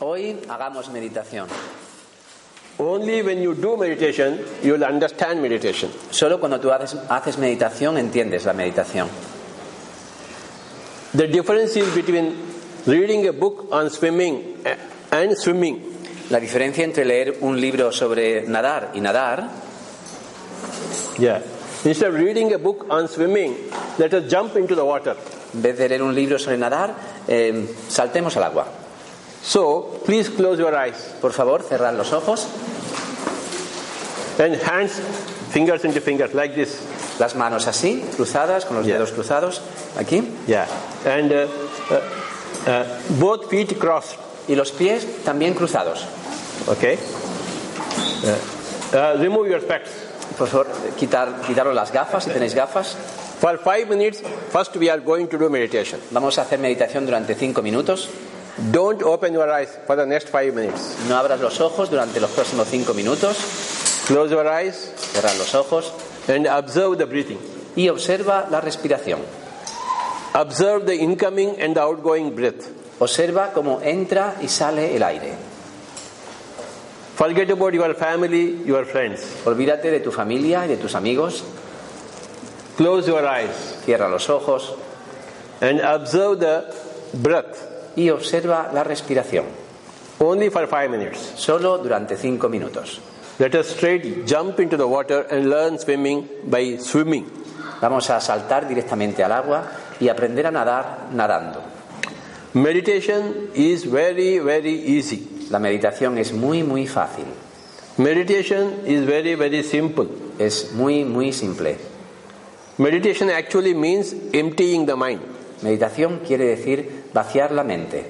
Hoy hagamos meditación. Only when you do meditation, you will understand meditation. Solo cuando tú haces, haces meditación entiendes la meditación. The difference is between reading a book on swimming eh, and swimming. La diferencia entre leer un libro sobre nadar y nadar, Yeah. Instead of reading a book on swimming, let us jump into the water. en vez de leer un libro sobre nadar, eh, saltemos al agua. So, please close your eyes Por favor, cerrad los ojos, and hands, fingers into fingers, like this. las manos así, cruzadas, con los Yeah. dedos cruzados, aquí, Yeah. And uh, uh, uh, both feet crossed. y los pies también cruzados. Okay. Uh, uh, remove your specs. Por favor, quitar, quitaros las gafas si tenéis gafas. For five minutes, first we are going to do meditation. Vamos a hacer meditación durante cinco minutos. Don't open your eyes for the next five minutes. No abras los ojos durante los próximos cinco minutos. Close your eyes Cerrad los ojos and observe the breathing. y observa la respiración. Observe the incoming and the outgoing breath. Observa cómo entra y sale el aire. Forget about your family, your friends. Olvídate de tu familia y de tus amigos. Close your eyes Cierra los ojos and observe the breath y observa la respiración. only for five minutes. Solo durante cinco minutos. Let us straight jump into the water and learn swimming by swimming. Vamos a saltar directamente al agua y aprender a nadar nadando. Meditation is very, very easy. La meditación es muy, muy fácil. Meditation is very, very simple. Es muy, muy simple. Meditation actually means emptying the mind. Meditación quiere decir vaciar la mente.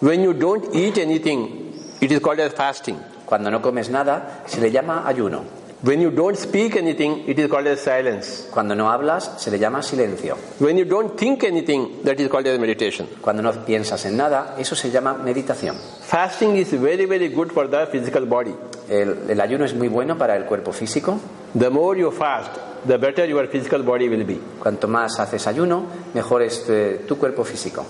When you don't eat anything, it is called as fasting. Cuando no comes nada, se le llama ayuno. When you don't speak anything, it is called as silence. Cuando no hablas, se le llama silencio. When you don't think anything, that is called as meditation. Cuando no piensas en nada, eso se llama meditación. Fasting is very, very good for the physical body. El, el ayuno es muy bueno para el cuerpo físico. The more you fast, the better your physical body will be. Cuanto más haces ayuno, mejor es eh, tu cuerpo físico.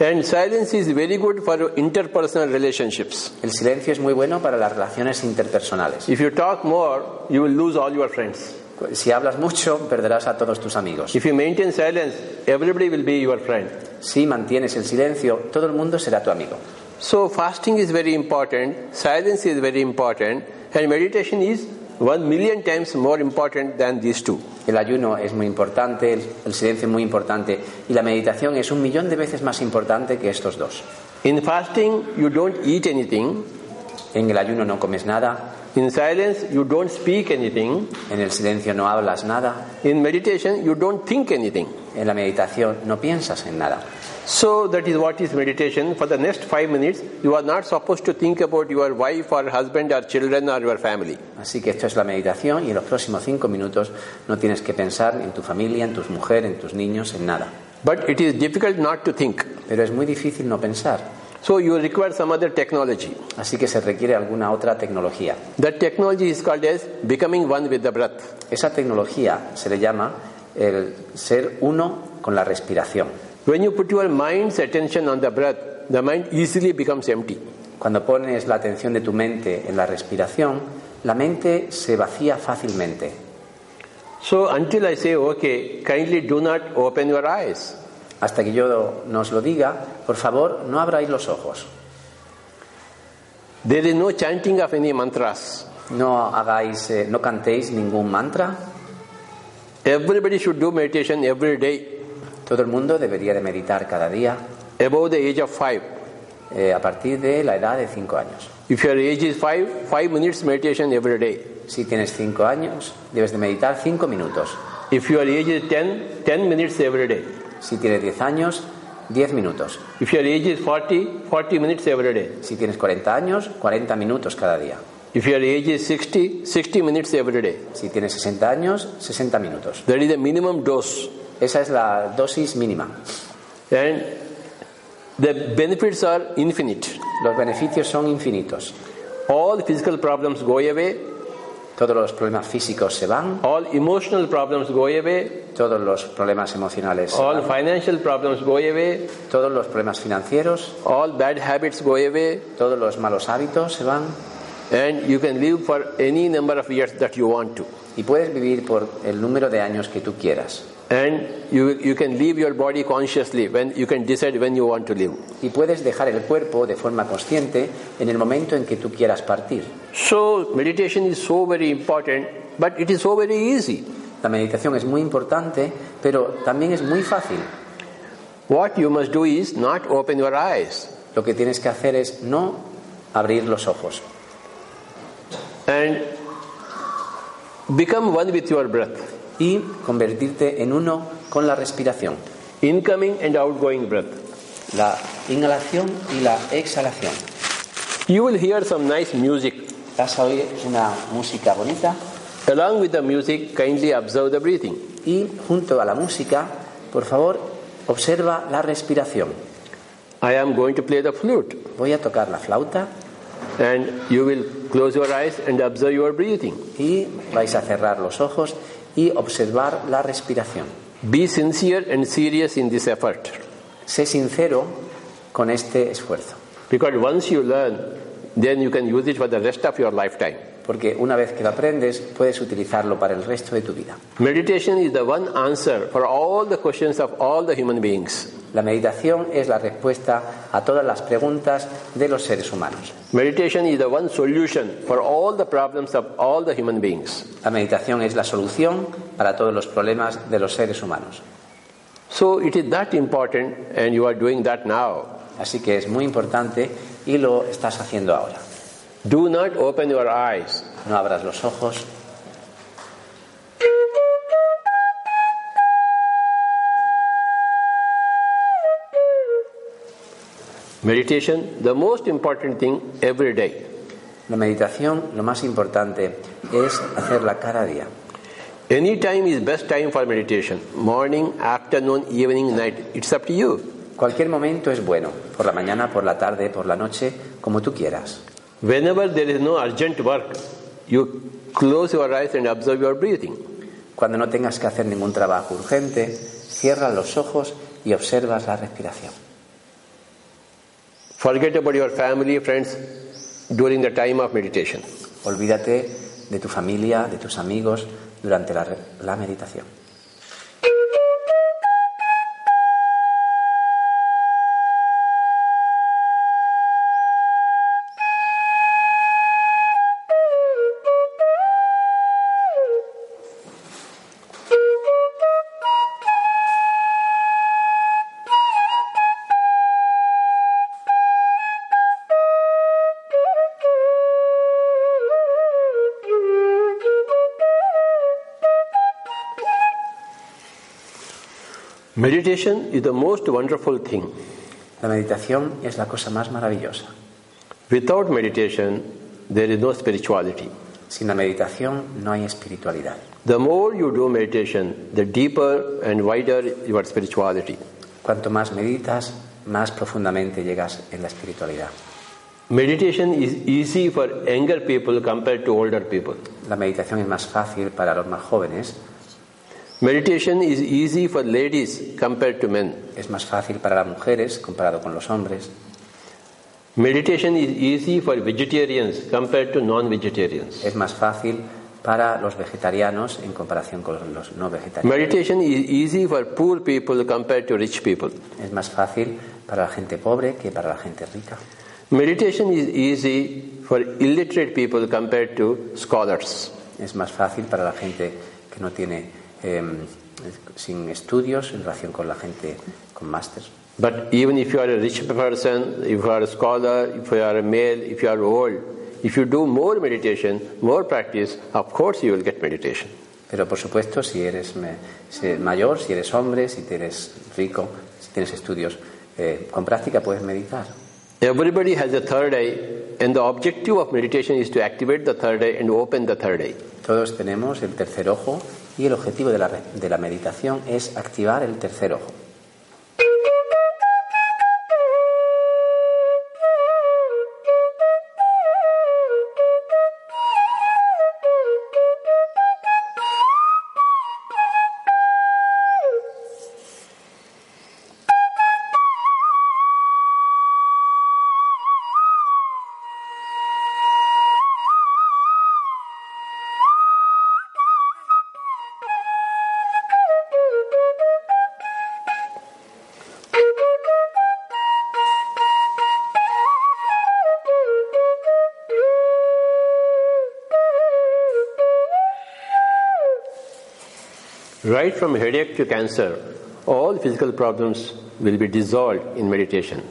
And silence is very good for interpersonal relationships. El silencio es muy bueno para las relaciones interpersonales. If you talk more, you will lose all your friends. Si hablas mucho, perderás a todos tus amigos. If you maintain silence, everybody will be your friend. Si mantienes el silencio, todo el mundo será tu amigo. So fasting is very important, silence is very important, and meditation is one million times more important than these two. El ayuno es muy importante, el, el silencio es muy importante y la meditación es un millón de veces más importante que estos dos. In fasting, you don't eat anything. En el ayuno no comes nada, In silence, you don't speak anything. en el silencio no hablas nada, In meditation, you don't think anything. en la meditación no piensas en nada. So that is what is meditation. For the next five minutes, you are not supposed to think about your wife or husband or children or your family. Así que esto es la meditación y en los próximos cinco minutos no tienes que pensar en tu familia, en tus mujeres, en tus niños, en nada. But it is difficult not to think. Pero es muy difícil no pensar, So you require some other technology. así que se requiere alguna otra tecnología. That technology is called as becoming one with the breath. Esa tecnología se le llama el ser uno con la respiración. When you put your mind's attention on the breath, the mind easily becomes empty. Cuando pones la atención de tu mente en la respiración, la mente se vacía fácilmente. So until I say, okay, kindly do not open your eyes. Hasta que yo no os lo diga, por favor, no abráis los ojos. There is no chanting of any mantras. No hagáis, eh, no cantéis ningún mantra. Everybody should do meditation every day Todo el mundo debería de meditar cada día above the age of 5. eh, a partir de la edad de 5 años. If your age is 5, 5 minutes meditation every day. Si tienes 5 años, debes de meditar 5 minutos. If your age is 10, 10 minutes every day. Si tienes 10 años, 10 minutos. If your age is 40, 40 minutes every day. Si tienes 40 años, 40 minutos cada día. If your age is 60, 60 minutes every day. Si tienes 60 años, 60 minutos. That is the minimum dose. Esa es la dosis mínima. And the benefits are infinite. Los beneficios son infinitos. All physical problems go away, Todos los problemas físicos se van, all emotional problems go away, todos los problemas emocionales, se all van, financial problems go away, todos los problemas financieros, all bad habits go away, todos los malos hábitos se van and you can live for any number of years that you want to. y puedes vivir por el número de años que tú quieras. And you, you can leave your body consciously when you can decide when you want to leave. Y puedes dejar el cuerpo de forma consciente en el momento en que tú quieras partir. So meditation is so very important, but it is so very easy. La meditación es muy importante, pero también es muy fácil. What you must do is not open your eyes. Lo que tienes que hacer es no abrir los ojos and become one with your breath y convertirte en uno con la respiración, incoming and outgoing breath la inhalación y la exhalación. you will hear some nice music Vas a oír una música bonita along with the music kindly observe the breathing y junto a la música, por favor, observa la respiración. i am going to play the flute Voy a tocar la flauta and you will close your eyes and observe your breathing y vais a cerrar los ojos y observar la respiración. be sincere and serious in this effort Sé sincero con este esfuerzo, because once you learn then you can use it for the rest of your lifetime porque una vez que lo aprendes puedes utilizarlo para el resto de tu vida. meditation is the one answer for all the questions of all the human beings La meditación es la respuesta a todas las preguntas de los seres humanos. Meditation is the one solution for all the problems of all the human beings. La meditación es la solución para todos los problemas de los seres humanos. So it is that important, and you are doing that now. Así que es muy importante y lo estás haciendo ahora. Do not open your eyes. No abras los ojos. Meditation, the most important thing every day. La meditación, lo más importante, es hacerla cada día. Any time is best time for meditation. Morning, afternoon, evening, night. It's up to you. Cualquier momento es bueno, por la mañana, por la tarde, por la noche, como tú quieras. Whenever there is no urgent work, you close your eyes and observe your breathing. Cuando no tengas que hacer ningún trabajo urgente, cierra los ojos y observas la respiración. Forget about your family, friends during the time of meditation. Olvídate de tu familia, de tus amigos, durante la, re- la meditación. Meditation is the most wonderful thing. La meditación es la cosa más maravillosa. Without meditation, there is no spirituality. Sin la meditación no hay espiritualidad. The more you do meditation, the deeper and wider your spirituality. Cuanto más meditas, más profundamente llegas en la espiritualidad. Meditation is easy for younger people compared to older people. La meditación es más fácil para los más jóvenes, Meditation is easy for ladies compared to men. es más fácil para las mujeres comparado con los hombres. Meditation is easy for vegetarians compared to non vegetarians. Es más fácil para los vegetarianos en comparación con los no vegetarianos. Meditation is easy for poor people compared to rich people. Es más fácil para la gente pobre que para la gente rica. Meditation is easy for illiterate people compared to scholars. Es más fácil para la gente que no tiene, eh, sin estudios en relación con la gente con máster. But even if you are a rich person, if you are a scholar, if you are a male, if you are old, if you do more meditation, more practice, of course you will get meditation. Pero por supuesto, si eres me- si eres mayor, si eres hombre, si te eres rico, si tienes estudios, eh, con práctica puedes meditar. Everybody has a third eye, and the objective of meditation is to activate the third eye and open the third eye. Todos tenemos el tercer ojo y el objetivo de la, re- de la meditación es activar el tercer ojo. Right from headache to cancer, all physical problems will be dissolved in meditation.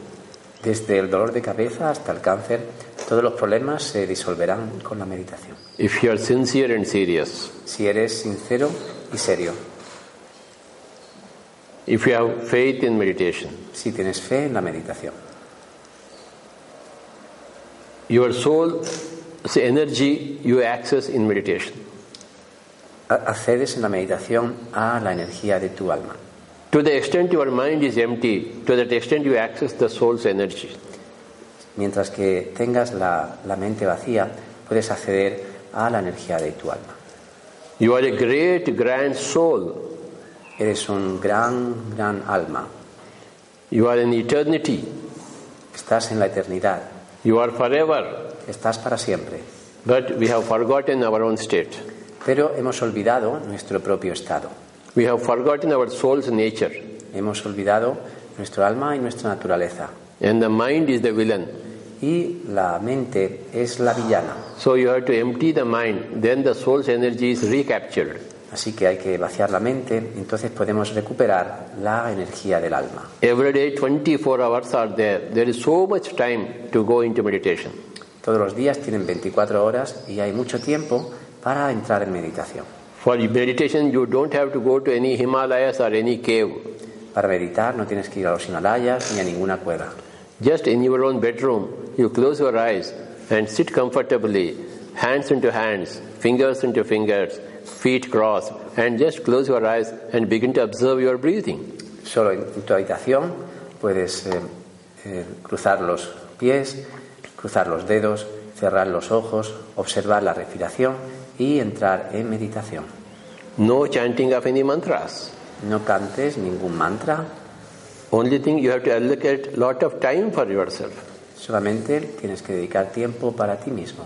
Desde el dolor de cabeza hasta el cáncer, todos los problemas se disolverán con la meditación. If you are sincere and serious, Si eres sincero y serio, if you have faith in meditation, si tienes fe en la meditación, your soul's energy you access in meditation. a- accedes en la meditación a la energía de tu alma. To the extent your mind is empty, to that extent you access the soul's energy. Mientras que tengas la, la mente vacía, puedes acceder a la energía de tu alma. You are a great, grand soul. Eres un gran, gran alma. You are in eternity. Estás en la eternidad. You are forever. Estás para siempre. But we have forgotten our own state. Pero hemos olvidado nuestro propio estado. We have forgotten our soul's nature. Hemos olvidado nuestro alma y nuestra naturaleza. And the mind is the villain. Y la mente es la villana. So you have to empty the mind. Then the soul's energy is recaptured. Así que hay que vaciar la mente, entonces podemos recuperar la energía del alma. Every day, 24 hours are there. There is so much time to go into meditation. Todos los días tienen 24 horas y hay mucho tiempo para entrar en meditación. For meditation, you don't have to go to any Himalayas or any cave. Para meditar no tienes que ir a los Himalayas ni a ninguna cueva. Just in your own bedroom, you close your eyes and sit comfortably, hands into hands, fingers into fingers, feet crossed, and just close your eyes and begin to observe your breathing. Solo en en tu habitación puedes eh, eh, cruzar los pies, cruzar los dedos, cerrar los ojos, observar la respiración y entrar en meditación. No chanting of any mantras. No cantes ningún mantra, Only thing you have to allocate lot of time for yourself. solamente tienes que dedicar tiempo para ti mismo.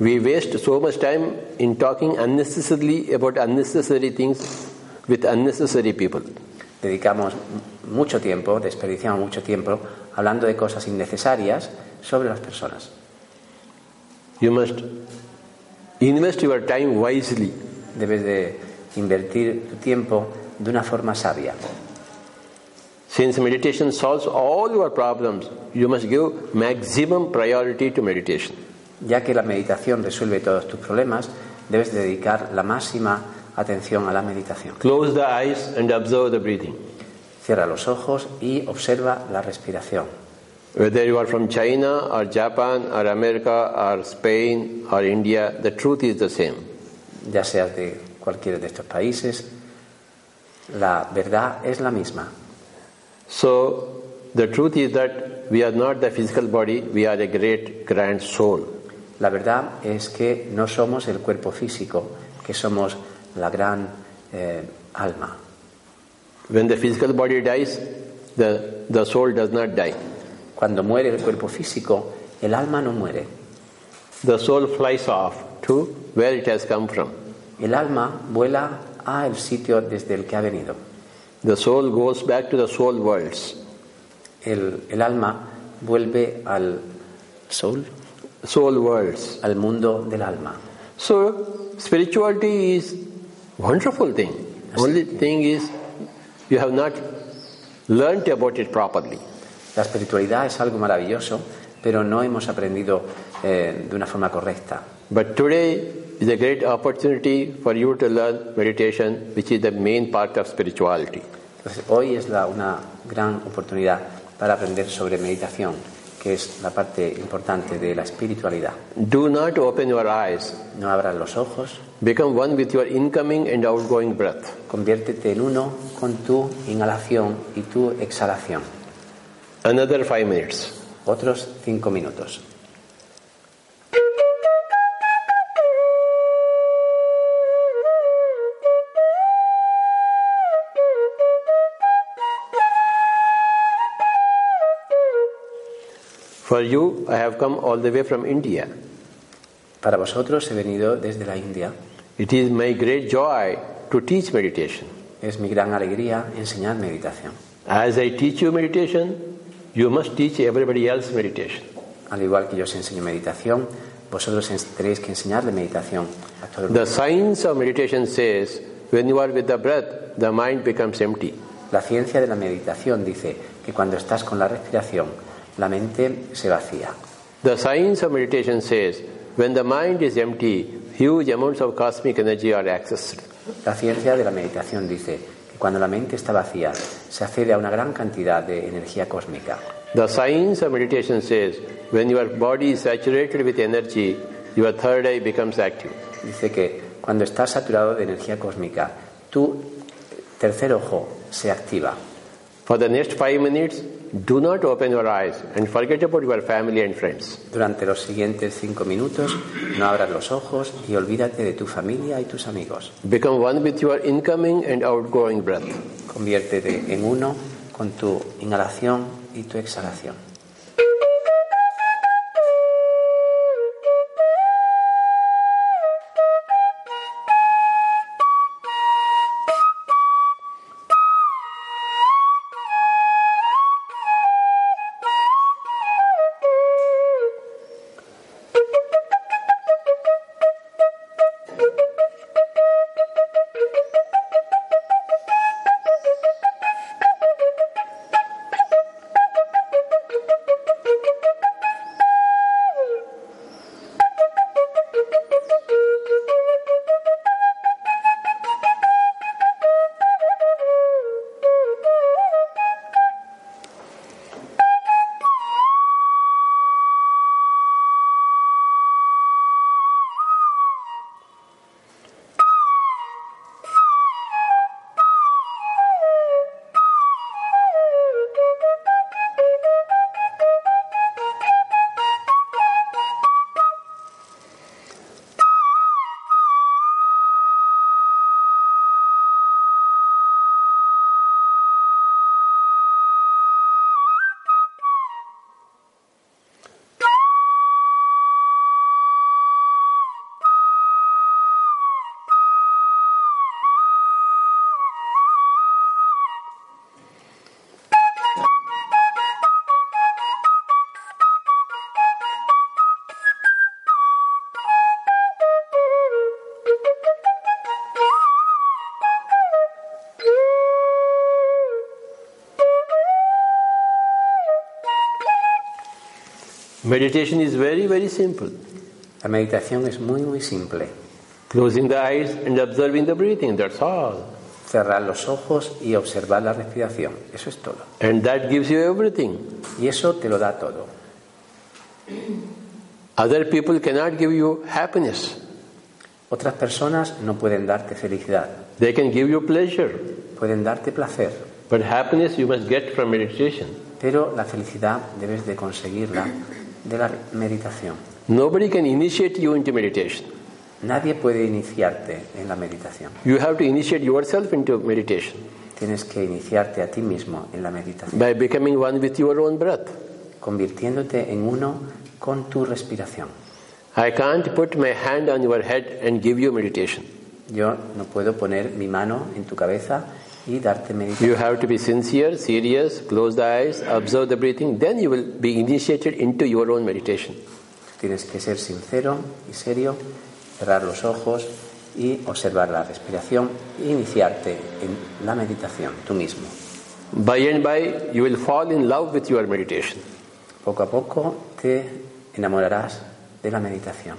We waste so much time in talking unnecessarily about unnecessary things with unnecessary people. Dedicamos m- mucho tiempo, desperdiciamos mucho tiempo hablando de cosas innecesarias sobre las personas. You must invest your time wisely. Debes de invertir tu tiempo de una forma sabia. Since meditation solves all your problems, you must give maximum priority to meditation. Ya que la meditación resuelve todos tus problemas, debes dedicar la máxima atención a la meditación. Close the eyes and observe the breathing. Cierra los ojos y observa la respiración. Whether you are from China or Japan or America or Spain or India, the truth is the same. Ya seas de cualquiera de estos países, la verdad es la misma. So, the truth is that we are not the physical body, we are a great grand soul. La verdad es que no somos el cuerpo físico, que somos la gran eh, alma. When the physical body dies, the, the soul does not die. Cuando muere el cuerpo físico, el alma no muere. The soul flies off to where it has come from. El alma vuela al sitio desde el que ha venido. The soul goes back to the soul worlds. El, el alma vuelve al, soul, soul worlds. al mundo del alma. So spirituality is wonderful thing. Only thing is you have not learnt about it properly. La espiritualidad es algo maravilloso, pero no hemos aprendido eh, de una forma correcta. But today is a great opportunity for you to learn meditation, which is the main part of spirituality. Entonces, hoy es la- una gran oportunidad para aprender sobre meditación, que es la parte importante de la espiritualidad. Do not open your eyes. No abras los ojos, Become one with your incoming and outgoing breath. conviértete en uno con tu inhalación y tu exhalación. Another five minutes. Otros cinco minutos. For you, I have come all the way from India. Para vosotros he venido desde la India. It is my great joy to teach meditation. Es mi gran alegría enseñar meditación. As I teach you meditation, you must teach everybody else meditation. Al igual que yo os enseño meditación, vosotros ens- tenéis que enseñarle meditación a todo el mundo. The science of meditation says when you are with the breath, the mind becomes empty. La ciencia de la meditación dice que cuando estás con la respiración, la mente se vacía. The science of meditation says when the mind is empty, huge amounts of cosmic energy are accessed. La ciencia de la meditación dice que cuando la mente está vacía, se accede a una gran cantidad de energía cósmica. The science of meditation says when your body is saturated with energy, your third eye becomes active. Dice que cuando estás saturado de energía cósmica, tu tercer ojo se activa. For the next five minutes, do not open your eyes and forget about your family and friends. Durante los siguientes cinco minutos, no abras los ojos y olvídate de tu familia y tus amigos. Become one with your incoming and outgoing breath. Conviértete en uno con tu inhalación y tu exhalación. Meditation is very, very simple. La meditación es muy, muy simple. Closing the eyes and observing the breathing, that's all. Cerrar los ojos y observar la respiración. Eso es todo. And that gives you everything. Y eso te lo da todo. Other people cannot give you happiness. Otras personas no pueden darte felicidad, They can give you pleasure. pueden darte placer, But happiness you must get from meditation. pero la felicidad debes de conseguirla de la meditación. Nobody can initiate you into meditation. Nadie puede iniciarte en la meditación. You have to initiate yourself into meditation Tienes que iniciarte a ti mismo en la meditación, by becoming one with your own breath. convirtiéndote en uno con tu respiración. I can't put my hand on your head and give you meditation. Yo no puedo poner mi mano en tu cabeza y darte meditación. You have to be sincere, serious, close the eyes, observe the breathing, then you will be initiated into your own meditation. Tienes que ser sincero y serio, cerrar los ojos y observar la respiración e iniciarte en la meditación tú mismo. By and by, you will fall in love with your meditation. Poco a poco te enamorarás de la meditación.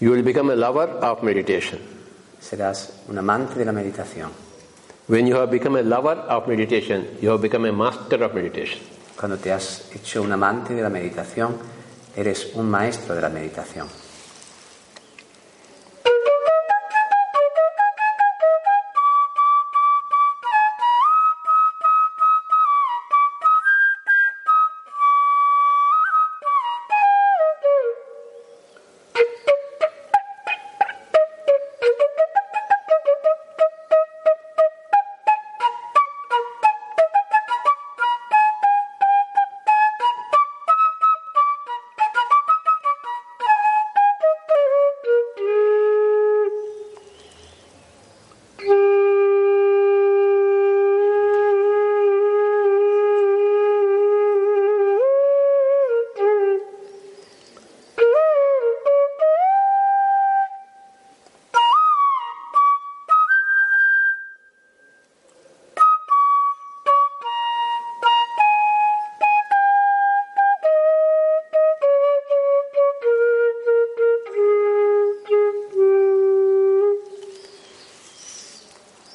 You will become a lover of meditation. Serás un amante de la meditación. When you have become a lover of meditation, you have become a master of meditation. Cuando te has hecho un amante de la meditación, eres un maestro de la meditación.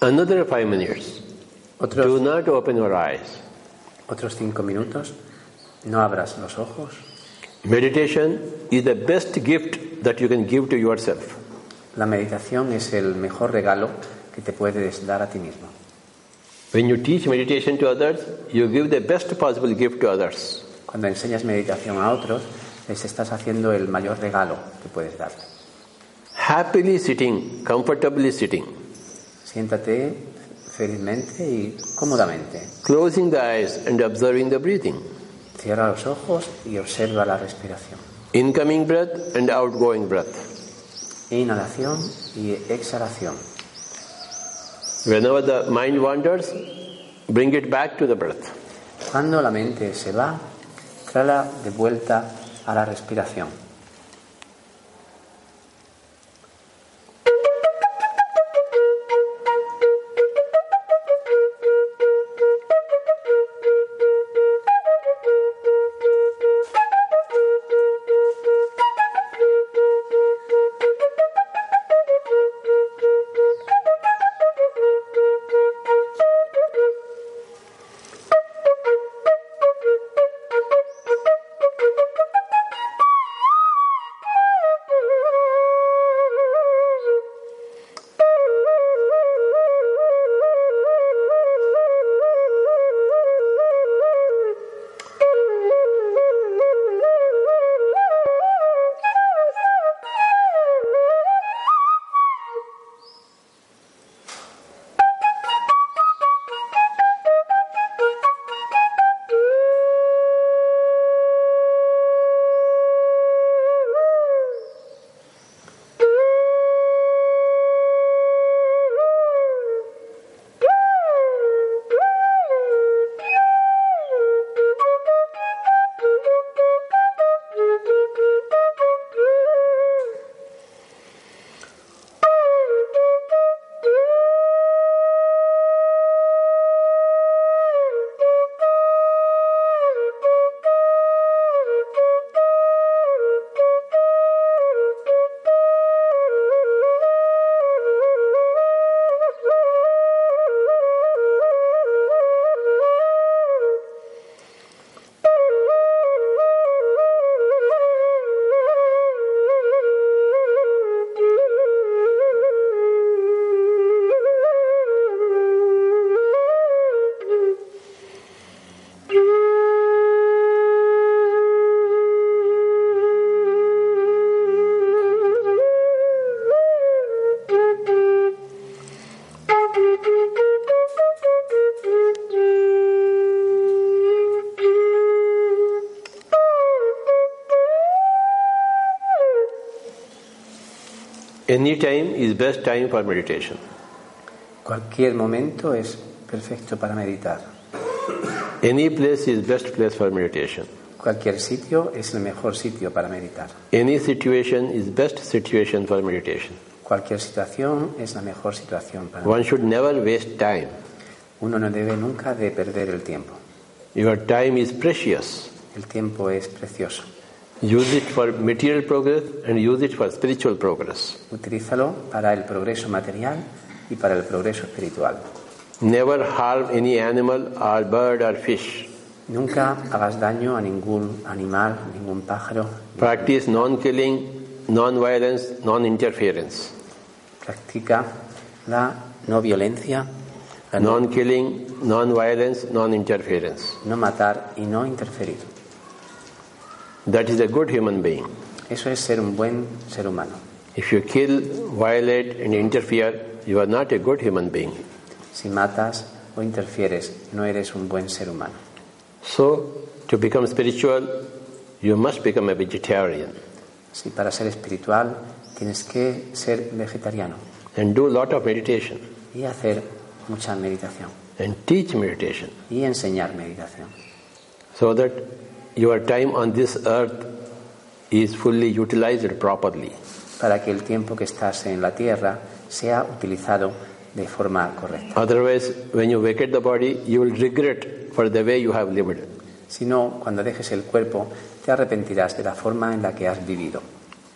Another five minutes. Do Otros, not open your eyes. otros cinco minutos, no abras los ojos. Meditation is the best gift that you can give to yourself. La meditación es el mejor regalo que te puedes dar a ti mismo. When you teach meditation to others, you give the best possible gift to others. Cuando enseñas meditación a otros, les estás haciendo el mayor regalo que puedes darles. Happily sitting, comfortably sitting, Siéntate felizmente y cómodamente. closing the eyes and observing the breathing, Cierra los ojos y observa la respiración. incoming breath and outgoing breath. Inhalación y exhalación. Whenever the mind wanders, bring it back to the breath. Cuando la mente se va, tráela de vuelta a la respiración. Any time is best time for meditation. Cualquier momento es perfecto para meditar. Any place is best place for meditation. Cualquier sitio es el mejor sitio para meditar. Any situation is best situation for meditation. Cualquier situación es la mejor situación para One should never waste time. Uno no debe nunca de perder el tiempo. Your time is precious. El tiempo es precioso. Use it for material progress and use it for spiritual progress. Utilízalo para el progreso material y para el progreso espiritual. Never harm any animal or bird or fish. Nunca hagas daño a ningún animal, ningún pájaro. Practice non-killing, non-violence, non-interference. Practica la no violencia, la no, Non-killing, non-violence, non-interference. no matar y no interferir. That is a good human being. Eso es ser un buen ser humano. If you kill, violate, and interfere, you are not a good human being. Si matas o interfieres, no eres un buen ser humano. So, to become spiritual, you must become a vegetarian Si para ser espiritual tienes que ser vegetariano and do a lot of meditation y hacer mucha meditación and teach meditation y enseñar meditación so that your time on this earth is fully utilized properly. para que el tiempo que estás en la tierra sea utilizado de forma correcta. Otherwise, when you vacate the body, you will regret for the way you have lived. Si no, cuando dejes el cuerpo, te arrepentirás de la forma en la que has vivido.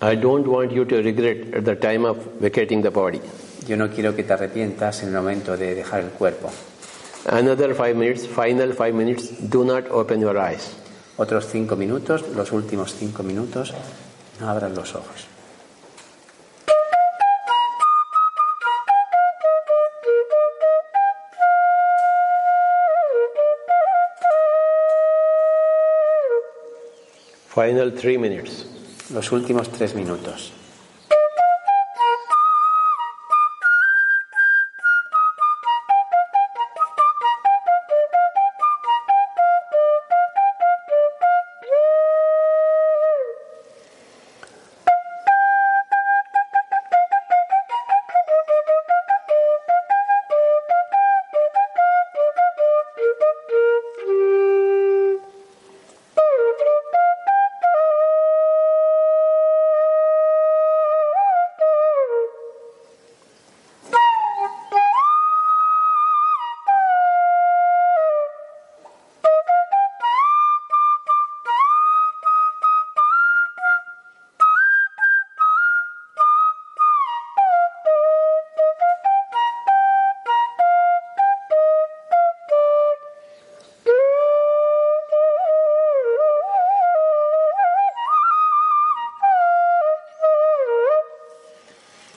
I don't want you to regret at the time of vacating the body. Yo no quiero que te arrepientas en el momento de dejar el cuerpo. Another five minutes, final five minutes, do not open your eyes. Otros cinco minutos, los últimos cinco minutos, no abras los ojos. Final three minutes. Los últimos tres minutos.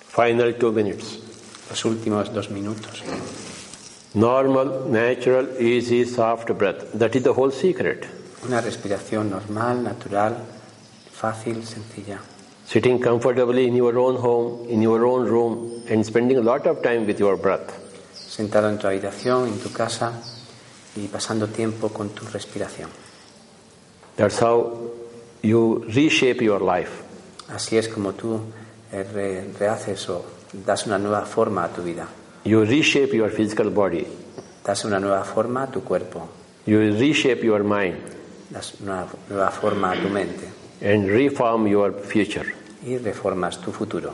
Final two minutes. Los últimos dos minutos. Normal, natural, easy, soft breath. That is the whole secret. Una respiración normal, natural, fácil, sencilla. Sitting comfortably in your own home, in your own room, and spending a lot of time with your breath. Sentado en tu habitación, en tu casa y pasando tiempo con tu respiración. That's how you reshape your life. Así es como tú eh, re- rehaces o das una nueva forma a tu vida. You reshape your physical body. Das una nueva forma a tu cuerpo. You reshape your mind Das una nueva forma a tu mente. and reform your future. Y reformas tu futuro.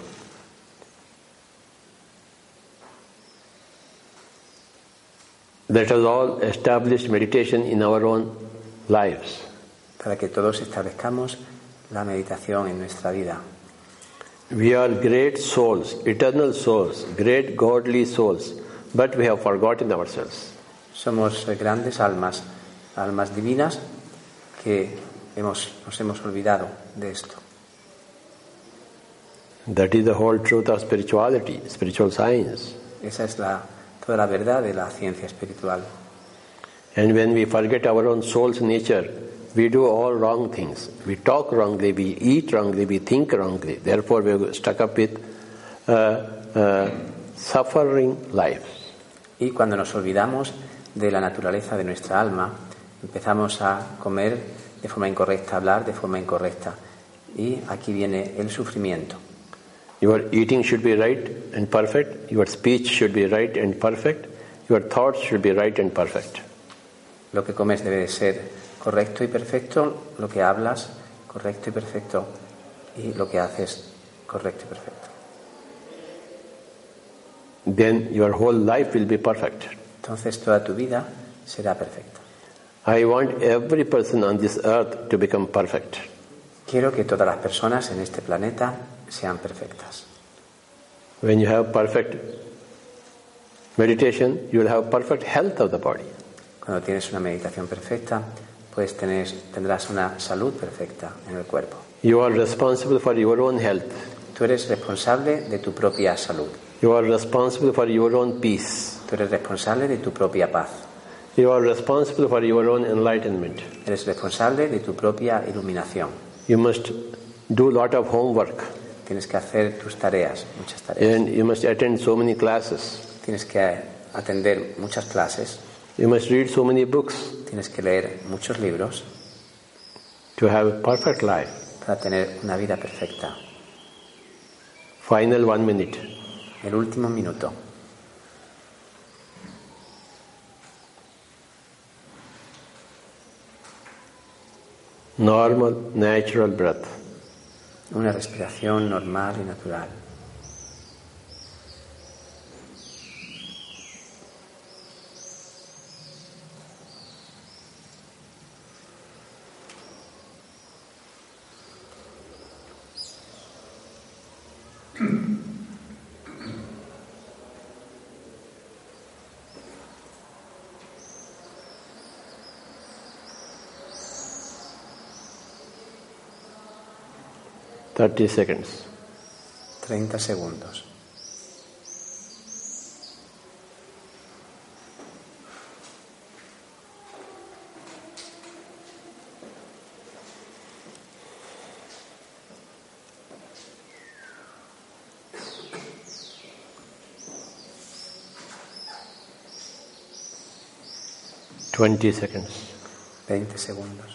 Let us all establish meditation in our own lives. Para que todos establezcamos la meditación en nuestra vida. We are great souls, eternal souls, great godly souls, but we have forgotten ourselves. Somos eh, grandes almas, almas divinas, que hemos, nos hemos olvidado de esto. That is the whole truth of spirituality, spiritual science. Esa es la, toda la verdad de la ciencia espiritual. And when we forget our own soul's nature, we do all wrong things. We talk wrongly, we eat wrongly, we think wrongly. Therefore, we are stuck up with uh, uh, suffering life. Y cuando nos olvidamos de la naturaleza de nuestra alma, empezamos a comer de forma incorrecta, a hablar de forma incorrecta. Y aquí viene el sufrimiento. Your eating should be right and perfect, your speech should be right and perfect, Your thoughts should be right and perfect. Lo que comes debe de ser correcto y perfecto, lo que hablas correcto y perfecto y lo que haces correcto y perfecto. Then your whole life will be perfect. Entonces toda tu vida será perfecta. I want every person on this earth to become perfect. Quiero que todas las personas en este planeta sean perfectas. When you have perfect meditation, you will have perfect health of the body. Cuando tienes una meditación perfecta, pues tenés- tendrás una salud perfecta en el cuerpo. You are responsible for your own health. Tú eres responsable de tu propia salud. You are responsible for your own peace. Tú eres responsable de tu propia paz. You are responsible for your own enlightenment. Eres responsable de tu propia iluminación. You must do lot of homework Tienes que hacer tus tareas, muchas tareas. and you must attend so many classes. Tienes que atender muchas clases. You must read so many books Tienes que leer muchos libros to have a perfect life. para tener una vida perfecta. Final one minute. El último minuto. Normal, natural breath. Una respiración normal y natural. Thirty seconds. 30 segundos. Twenty seconds. 20 segundos.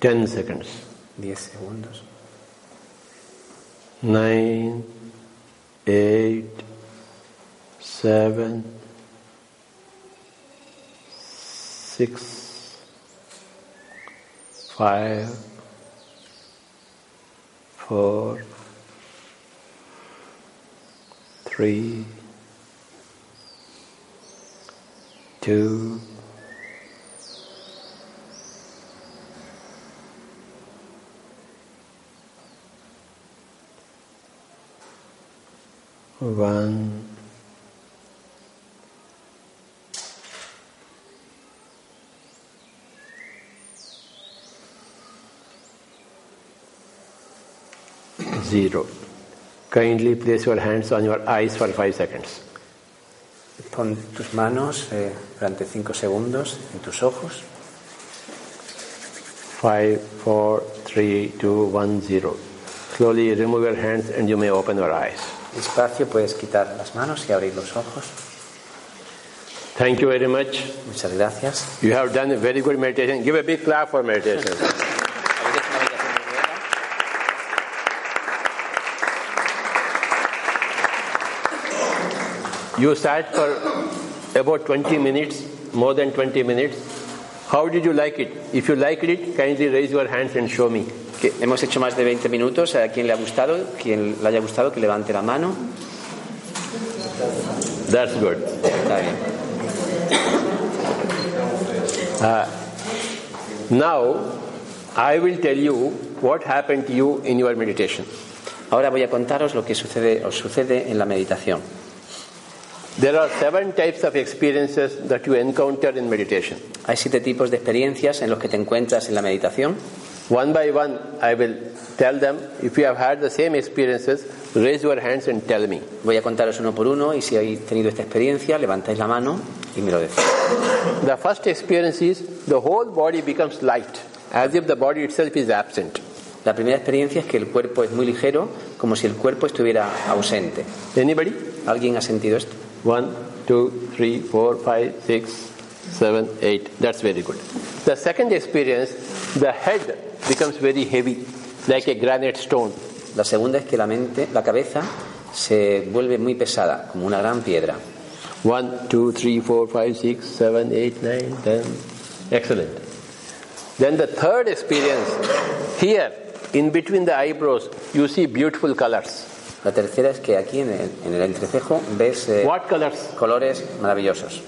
Ten seconds. 10 segundos. Nine, eight, seven, six, five, four, three, two, one. Zero. Kindly place your hands on your eyes for five seconds. Pon tus manos eh, durante 5 segundos en tus ojos. Five, four, three, two, one, zero. Slowly remove your hands and you may open your eyes. Despacio puedes quitar las manos y abrir los ojos. Thank you very much. Muchas gracias. You have done a very good meditation. Give a big clap for meditation. Habéis hecho una meditación muy buena. You sat for about 20 minutes, more than 20 minutes. How did you like it? If you liked it, kindly raise your hands and show me. Que hemos hecho más de 20 minutos. A quien le ha gustado, quien le haya gustado, que levante la mano. That's good. Está bien. Now, I will tell you what happened to you in your meditation. Ahora voy a contaros lo que sucede, os sucede en la meditación. There are seven types of experiences that you encounter in meditation. Hay siete tipos de experiencias en los que te encuentras en la meditación. One by one, I will tell them. If you have had the same experiences, raise your hands and tell me. Voy a contaros uno por uno y si habéis tenido esta experiencia, levantáis la mano y me lo decís. The first experience is the whole body becomes light, as if the body itself is absent. La primera experiencia es que el cuerpo es muy ligero, como si el cuerpo estuviera ausente. Anybody? ¿Alguien ha sentido esto? One, two, three, four, five, six, seven, eight. That's very good. The second experience, the head becomes very heavy, like a granite stone. La segunda es que la mente, la cabeza se vuelve muy pesada, como una gran piedra. 1, 2, 3, 4, 5, 6, 7, 8, 9, 10. Excellent. Then the third experience, here, in between the eyebrows, you see beautiful colors. La tercera es que aquí en el, en el entrecejo ves eh, What colors? colores maravillosos.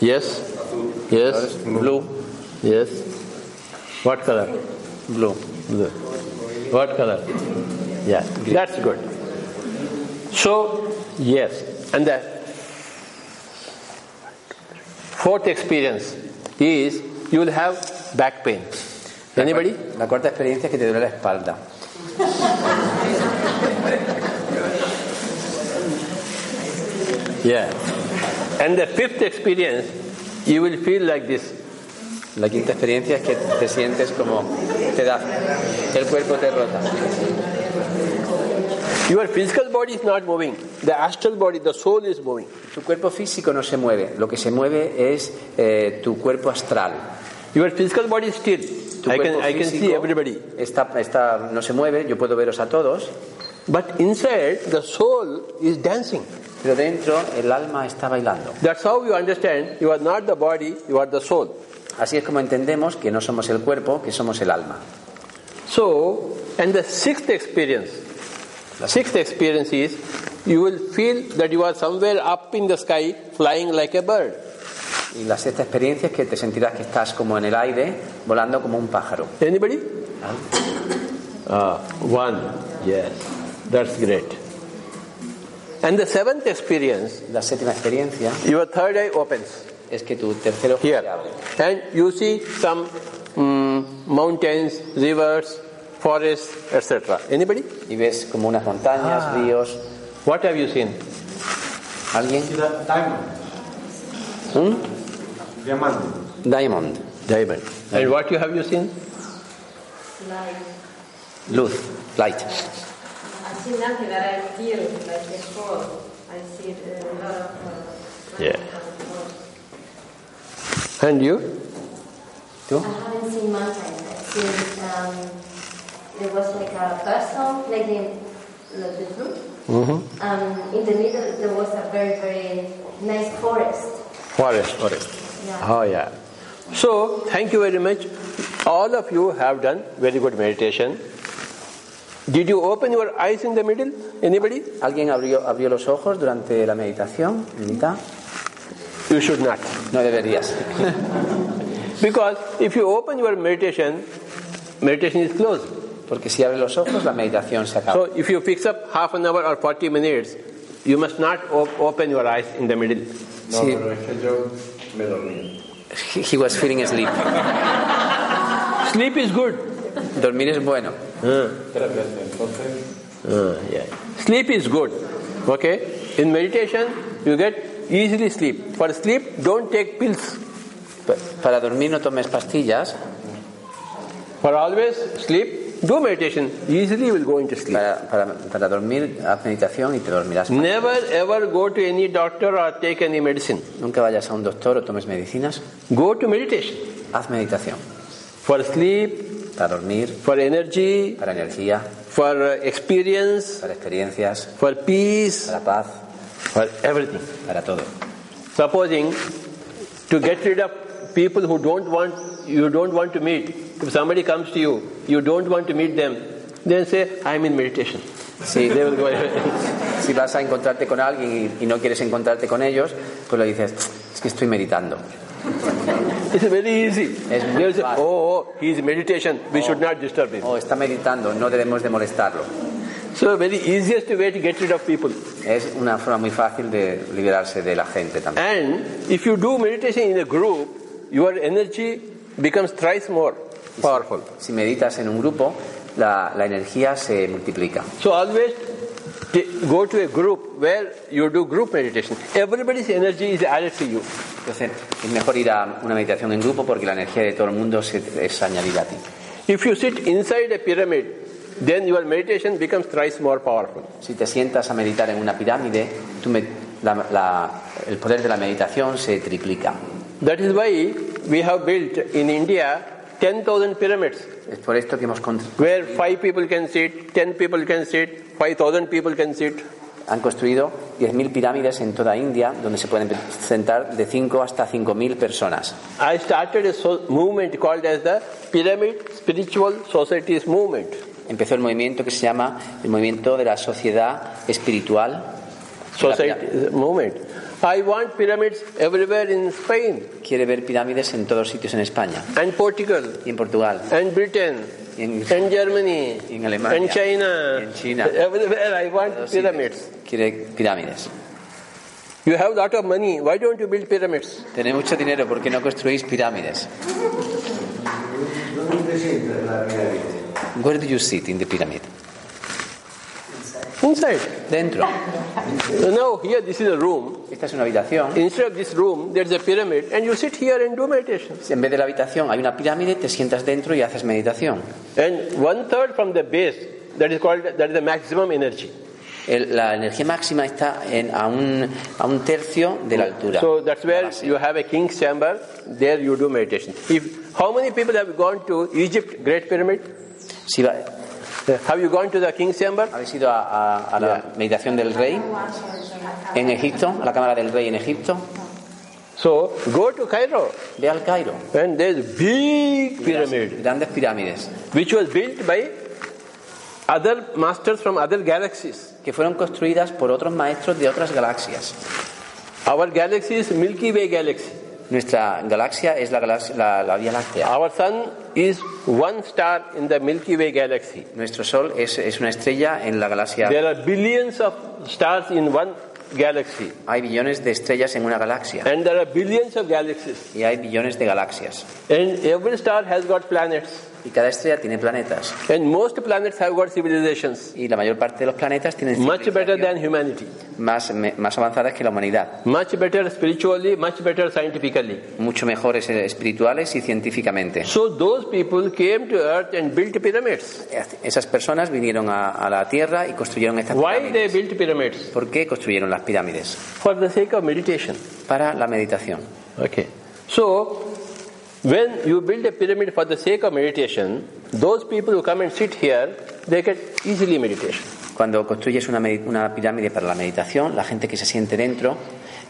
Yes. Yes. Blue, Yes. What color? blue. Blue. What color? Yeah, that's good. So, yes. And the fourth experience is you will have back pain. Anybody? La cuarta experiencia es que te duele la espalda. Yeah. And the fifth experience, you will feel like this. La quinta experiencia es que te sientes como te da, el cuerpo te rota. Your physical body is not moving. The astral body, the soul is moving. Tu cuerpo físico no se mueve, lo que se mueve es eh, tu cuerpo astral. Your physical body is still. Tu I can cuerpo I can see físico everybody. Está, está, no se mueve, yo puedo veros a todos, But inside, the soul is dancing. pero dentro el alma está bailando. That's how you understand you are not the body, you are the soul. Así es como entendemos que no somos el cuerpo, que somos el alma. So, and the sixth experience, the sixth experience is you will feel that you are somewhere up in the sky flying like a bird. Y la sexta experiencia es que te sentirás que estás como en el aire, volando como un pájaro. Anybody? Ah, one, yes, that's great. And the seventh experience, La séptima experiencia your third eye opens es que tu tercer ojo se here, abre. and you see some mm, mountains, rivers, forests, etc. Anybody? y ves como unas montañas, ríos. What have you seen? ¿Alguien? Diamond. Diamond. And what you have you seen? Luz. Light. I see nothing that I feel like before. I see a lot of. Uh, Yeah. And you? ¿Tú? I haven't seen mountains. I've seen um, there was like a person like in like the group. Um, in the middle there was a very very nice forest. Forest. Yeah. Oh, yeah. So, thank you very much. All of you have done very good meditation. Did you open your eyes in the middle? Anybody? ¿Alguien abrió, abrió los ojos durante la meditación? ¿Medita? You should not. No deberías. Because if you open your meditation, meditation is closed. Porque si abres los ojos, la meditación se So, acaba. if you fix up half an hour or 40 minutes, you must not op- open your eyes in the middle. Sí. pero es que yo me dormí. He- He was feeling asleep. Sleep is good. Dormir es bueno. Tres veces, entonces. Uh, yeah. Sleep is good. Okay? In meditation, you get easily sleep. For sleep, don't take pills. Pa- Para dormir no tomes pastillas. For always sleep, do meditation. Easily you will go into sleep. Para, para, para dormir, haz meditación y te dormirás. Mm. Never ever go to any doctor or take any medicine. Nunca vayas a un doctor o tomes medicinas. Go to meditation. Haz meditación. For sleep, Para dormir, for energy, para energía, for uh, experience, para experiencias, for peace, para paz, for everything. para todo. Supposing to get rid of people who don't want you don't want to meet. If somebody comes to you, you don't want to meet them, then say, I'm in meditation. Sí. They will go away. Si vas a encontrarte con alguien y, y no quieres encontrarte con ellos, pues le dices, es que estoy meditando. It's very easy. Es muy They'll say, fácil. oh, oh, he's in meditation. We should not disturb him. O está meditando, no debemos de molestarlo. So very easiest way to get rid of people. Es una forma muy fácil de liberarse de la gente también. And if you do meditation in a group, your energy becomes thrice more powerful. Si meditas en un grupo, la, la energía se multiplica. So always t- go to a group where you do group meditation. Everybody's energy is added to you. Entonces, es mejor ir a una meditación en grupo porque la energía de todo el mundo se- es añadida a ti. If you sit inside a pyramid, then your meditation becomes thrice more powerful. Si te sientas a meditar en una pirámide, tu me- la- la- el poder de la meditación se triplica. That is why we have built in India 10,000 pyramids Es por esto que hemos con- where 5 people can sit, 10 people can sit, 5,000 people can sit. Han construido 10.000 pirámides en toda India donde se pueden sentar de 5 hasta 5.000 personas. I started a so- movement called as the Pyramid Spiritual Societies Movement. Empezó el movimiento que se llama el movimiento de la sociedad espiritual. Society movement. I want pyramids everywhere in Spain Quiere ver pirámides en todos sitios en España and Portugal y en Portugal and Britain y en and Germany En Alemania. and China. En China. Everywhere I want todos sitios. pyramids. Quiere pirámides. You have lot of money. Why don't you build pyramids? Tenéis mucho dinero, ¿por qué no construís pirámides? Where do you sit in the pyramid? Inside. Dentro. Now here this is a room. Esta es una habitación. Instead of this room, there's a pyramid, and you sit here and do meditation. En vez de la habitación hay una pirámide, te sientas dentro y haces meditación. And one third from the base, that is called that is the maximum energy. El- la energía máxima está en- a, un, a un tercio de la altura. So that's where you have a king's chamber. There you do meditation. If how many people have gone to Egypt Great Pyramid? Si va- Have you gone to the king's chamber? habéis ido a, a- a la meditación del rey en Egipto, a la cámara del rey en Egipto, So go to Cairo, ve al Cairo. and there's big pyramid Grandes pirámides which was built by other masters from other galaxies. que fueron construidas por otros maestros de otras galaxias. Our galaxy is Milky Way galaxy. Nuestra galaxia es la, galaxia- la- la Vía Láctea. Our sun is one star in the Milky Way galaxy. Nuestro Sol es, es una estrella en la galaxia. There are billions of stars in one galaxy, Hay billones de estrellas en una galaxia and there are billions of galaxies. y hay billones de galaxias. And every star has got planets, Y cada estrella tiene planetas. and most planets have got civilizations Y la mayor parte de los planetas tienen much better civilizaciones than humanity, más, me- más avanzadas que la humanidad. much better spiritually, much better scientifically. Mucho mejores eh, espirituales y científicamente. So those people came to Earth and built pyramids. Esas personas vinieron a, a la Tierra y construyeron estas Why pirámides. they built pyramids? ¿Por qué construyeron las pirámides? For the sake of meditation. Para la meditación. Okay. So, when you build a pyramid for the sake of meditation, those people who come and sit here, they get easily meditation. Cuando construyes una, medi- una pirámide para la meditación, la gente que se siente dentro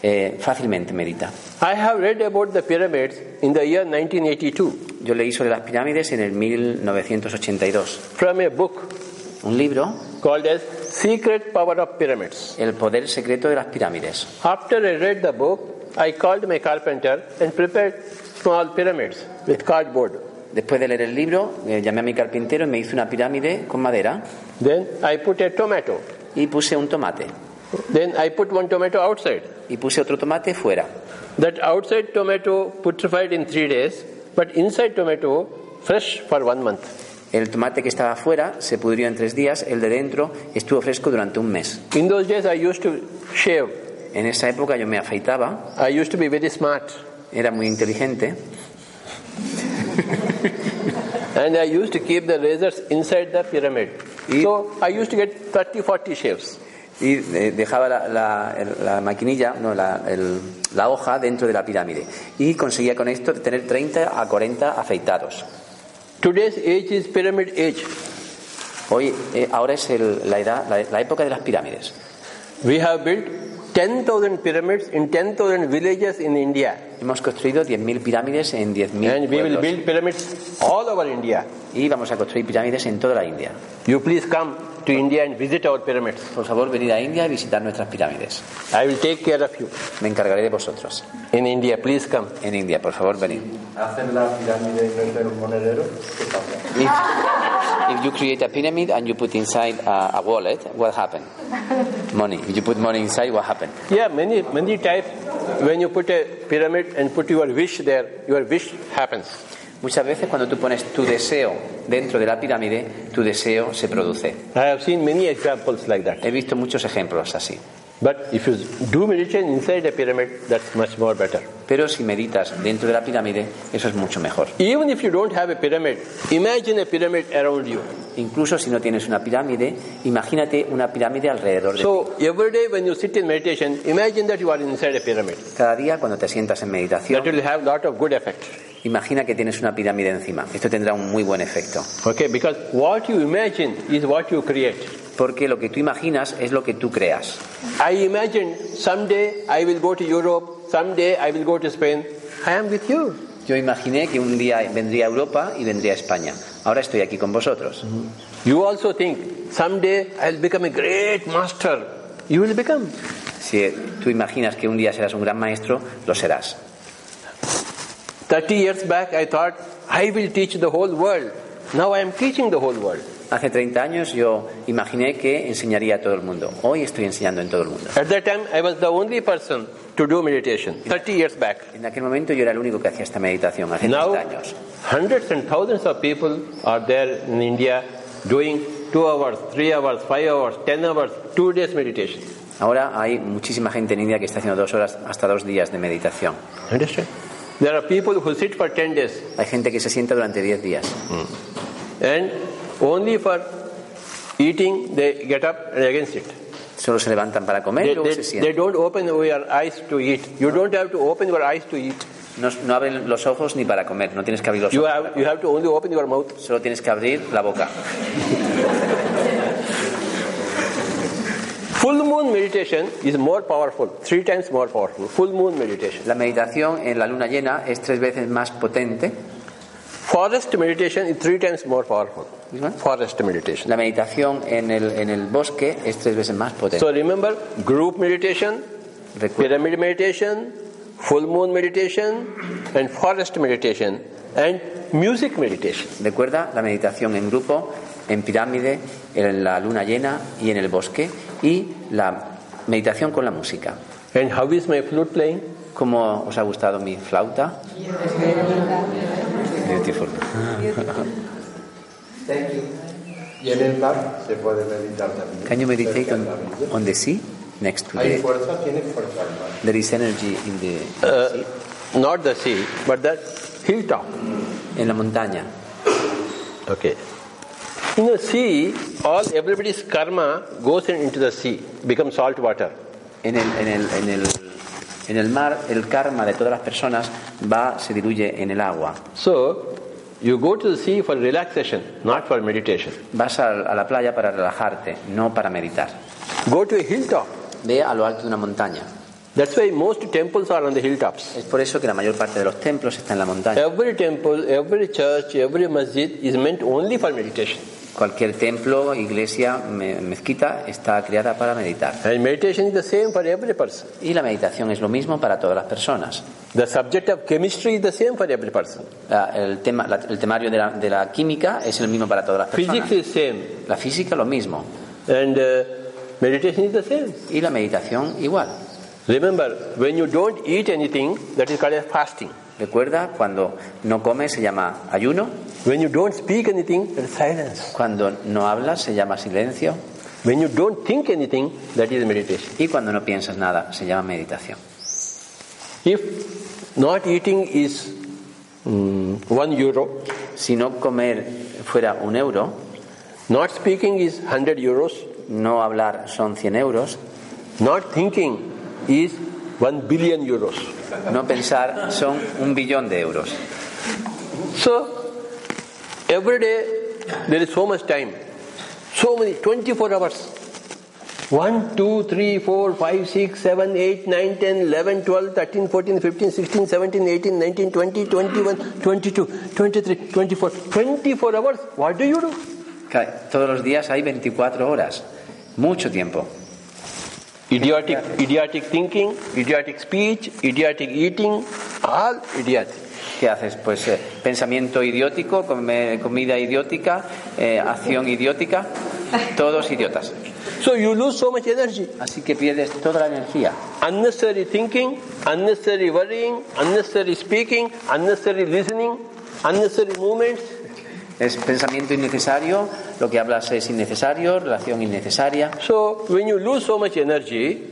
eh, fácilmente medita. I have read about the pyramids in the year 1982 Yo leí sobre las pirámides en el 1982. from a book Un libro, called as Secret Power of Pyramids. El poder secreto de las pirámides. After I read the book, I called my carpenter and prepared small pyramids with cardboard. Después de leer el libro, eh, llamé a mi carpintero y me hizo una pirámide con madera Then I put a tomato. y puse un tomate. Then I put one tomato outside. Y puse otro tomate fuera. That outside tomato putrefied in three days, but inside tomato fresh for one month. El tomate que estaba fuera se pudrió en tres días, el de dentro estuvo fresco durante un mes. In those days, I used to shave. En esa época yo me afeitaba, I used to be very smart, era muy inteligente and I used to keep the razors inside the pyramid. So I used to get 30, 40 shaves. y eh, dejaba la, la- el- la maquinilla, no, la, el- la hoja dentro de la pirámide. Y conseguía con esto tener 30 a 40 afeitados. Today's age is pyramid age. Hoy, eh, ahora es el- la, edad, la- la época de las pirámides. We have built 10,000 pyramids in 10,000 villages in India, Hemos construido 10.000 pirámides en 10.000 and we will pueblos. build pyramids all over India. Y vamos a construir pirámides en toda la India. You please come to India and visit our pyramids. Por favor, venid a India y visitar nuestras pirámides. I will take care of you Me encargaré de vosotros. in India. Please come. En India, por favor, venid. Hacen la pirámide y meten un monedero. ¿Qué pasa? If, if you create a pyramid and you put inside a, a wallet, what happened? Money. If you put money inside, what happened? Yeah, many many type. When you put a pyramid and put your wish there, your wish happens. Muchas veces cuando tú pones tu deseo dentro de la pirámide, tu deseo se produce. I have seen many examples like that. He visto muchos ejemplos así. But if you do meditation inside a pyramid, that's much more better. Pero si meditas dentro de la pirámide, eso es mucho mejor. Even if you don't have a pyramid, imagine a pyramid around you. Incluso si no tienes una pirámide, imagínate una pirámide alrededor de ti. So every day when you sit in meditation, imagine that you are inside a pyramid. Cada día cuando te sientas en meditación, That will have lot of good effect. imagina que tienes una pirámide encima. Esto tendrá un muy buen efecto. Okay, because what you imagine is what you create. porque lo que tú imaginas es lo que tú creas. I imagine someday I will go to Europe, someday I will go to Spain. I am with you. Yo imaginé que un día vendría a Europa y vendría a España. Ahora estoy aquí con vosotros. You also think someday I'll become a great master. You will become. Si tú imaginas que un día serás un gran maestro, lo serás. 30 years back I thought I will teach the whole world. Now I am teaching the whole world. Hace 30 años yo imaginé que enseñaría a todo el mundo. Hoy estoy enseñando en todo el mundo. At that time I was the only person to do meditation 30 years back. En aquel momento yo era el único que hacía esta meditación, hace 30 Now años. hundreds and thousands of people are there in India doing 2 hours, 3 hours, 5 hours, 10 hours, 2 days meditation. Ahora hay muchísima gente en India que está haciendo dos horas hasta dos días de meditación. Understand? There are people who sit for 10 days Hay gente que se sienta durante 10 días and only for eating they get up and against it. Solo se levantan para comer y They, luego they, se they sientan. don't open your eyes to eat. You don't have to open your eyes to eat. No, no abren los ojos ni para comer, no tienes que abrir los You ojos. have, you have to only open your mouth. Solo tienes que abrir la boca. Full moon meditation is more powerful, three times more powerful. Full moon meditation. La meditación en la luna llena es tres veces más potente. Forest meditation is three times more powerful. Which one? Forest meditation. La meditación en el, en el bosque es tres veces más potente. So remember group meditation, Recuerda- pyramid meditation, full moon meditation, and forest meditation, and music meditation. Recuerda la meditación en grupo, en pirámide, en la luna llena y en el bosque. Y la meditación con la música. And how is my flute playing? ¿Cómo os ha gustado mi flauta? Beautiful. Y en el mar se puede meditar también. Can you meditate Cerca de on, la orilla. on the sea next to Hay the... fuerza, tiene fuerza el mar. There is energy in the... Uh, not the sea, but the hilltop. En la montaña. Okay. In the sea, all everybody's karma goes in, into the sea, becomes salt water. En el, en, el, en, el, en el mar, el karma de todas las personas va, se diluye en el agua. So, you go to the sea for relaxation, not for meditation. Vas a, a la playa para relajarte, no para meditar. Go to a hilltop. Ve a lo alto de una montaña. That's why most temples are on the hilltops. Es por eso que la mayor parte de los templos está en la montaña. Every temple, every church, every masjid is meant only for meditation. Cualquier templo, iglesia, me- mezquita está creada para meditar. And meditation is the same for every person. Y la meditación es lo mismo para todas las personas. The subject of chemistry is the same for every person. La- el, tema, la- el temario de la, de la química es el mismo para todas las personas. Physics is same. La física lo mismo. And uh, meditation is the same. Y la meditación igual. Remember, when you don't eat anything, that is called as fasting. Recuerda, cuando no comes se llama ayuno, When you don't speak anything, that is silence. cuando no hablas se llama silencio When you don't think anything, that is meditation. y cuando no piensas nada se llama meditación. If not eating is mm, one euro, Si no comer fuera un euro, not speaking is hundred euros, no hablar son 100 euros, not thinking is one billion euros. no pensar son un billón de euros. So, every day there is so much time, so many, 24 hours. 1, 2, 3, 4, 5, 6, 7, 8, 9, 10, 11, 12, 13, 14, 15, 16, 17, 18, 19, 20, 21, 22, 23, 24. 24 hours, what do you do? Ca- Todos los días hay 24 horas, mucho tiempo. Idiotic, idiotic thinking, idiotic speech, idiotic eating, all idiotic. ¿Qué haces? Pues eh, pensamiento idiótico, come- comida idiótica, eh, acción idiótica, todos idiotas. So you lose so much energy. Así que pierdes toda la energía. unnecessary thinking, unnecessary worrying, unnecessary speaking, unnecessary listening, unnecessary movements. Es pensamiento innecesario, lo que hablas es innecesario, relación innecesaria. So when you lose so much energy,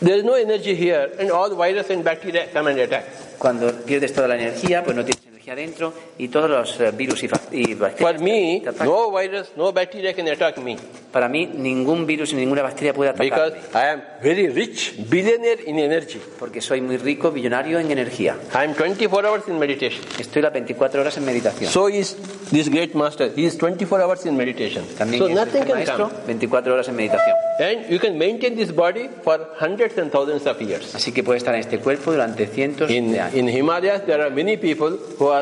there is no energy here, and all virus and bacteria come and attack. Cuando pierdes toda la energía, pues no tienes energía energía dentro y todos los eh, virus y, fac- y For bacterias. me, te atacan. Pues no virus, no bacteria can attack me Para mí, ningún virus y ninguna bacteria puede because atacarme. I am very rich, billionaire in energy. Porque soy muy rico, billonario en energía. I am 24 hours in meditation. Estoy las 24 horas en meditación. So is this great master. He is 24 hours in meditation. También So es el nothing can maestro, come. 24 horas en meditación. And you can maintain this body for hundreds and thousands of years. Así que puede estar en este cuerpo durante cientos In, de años. in Himalayas, there are many people who are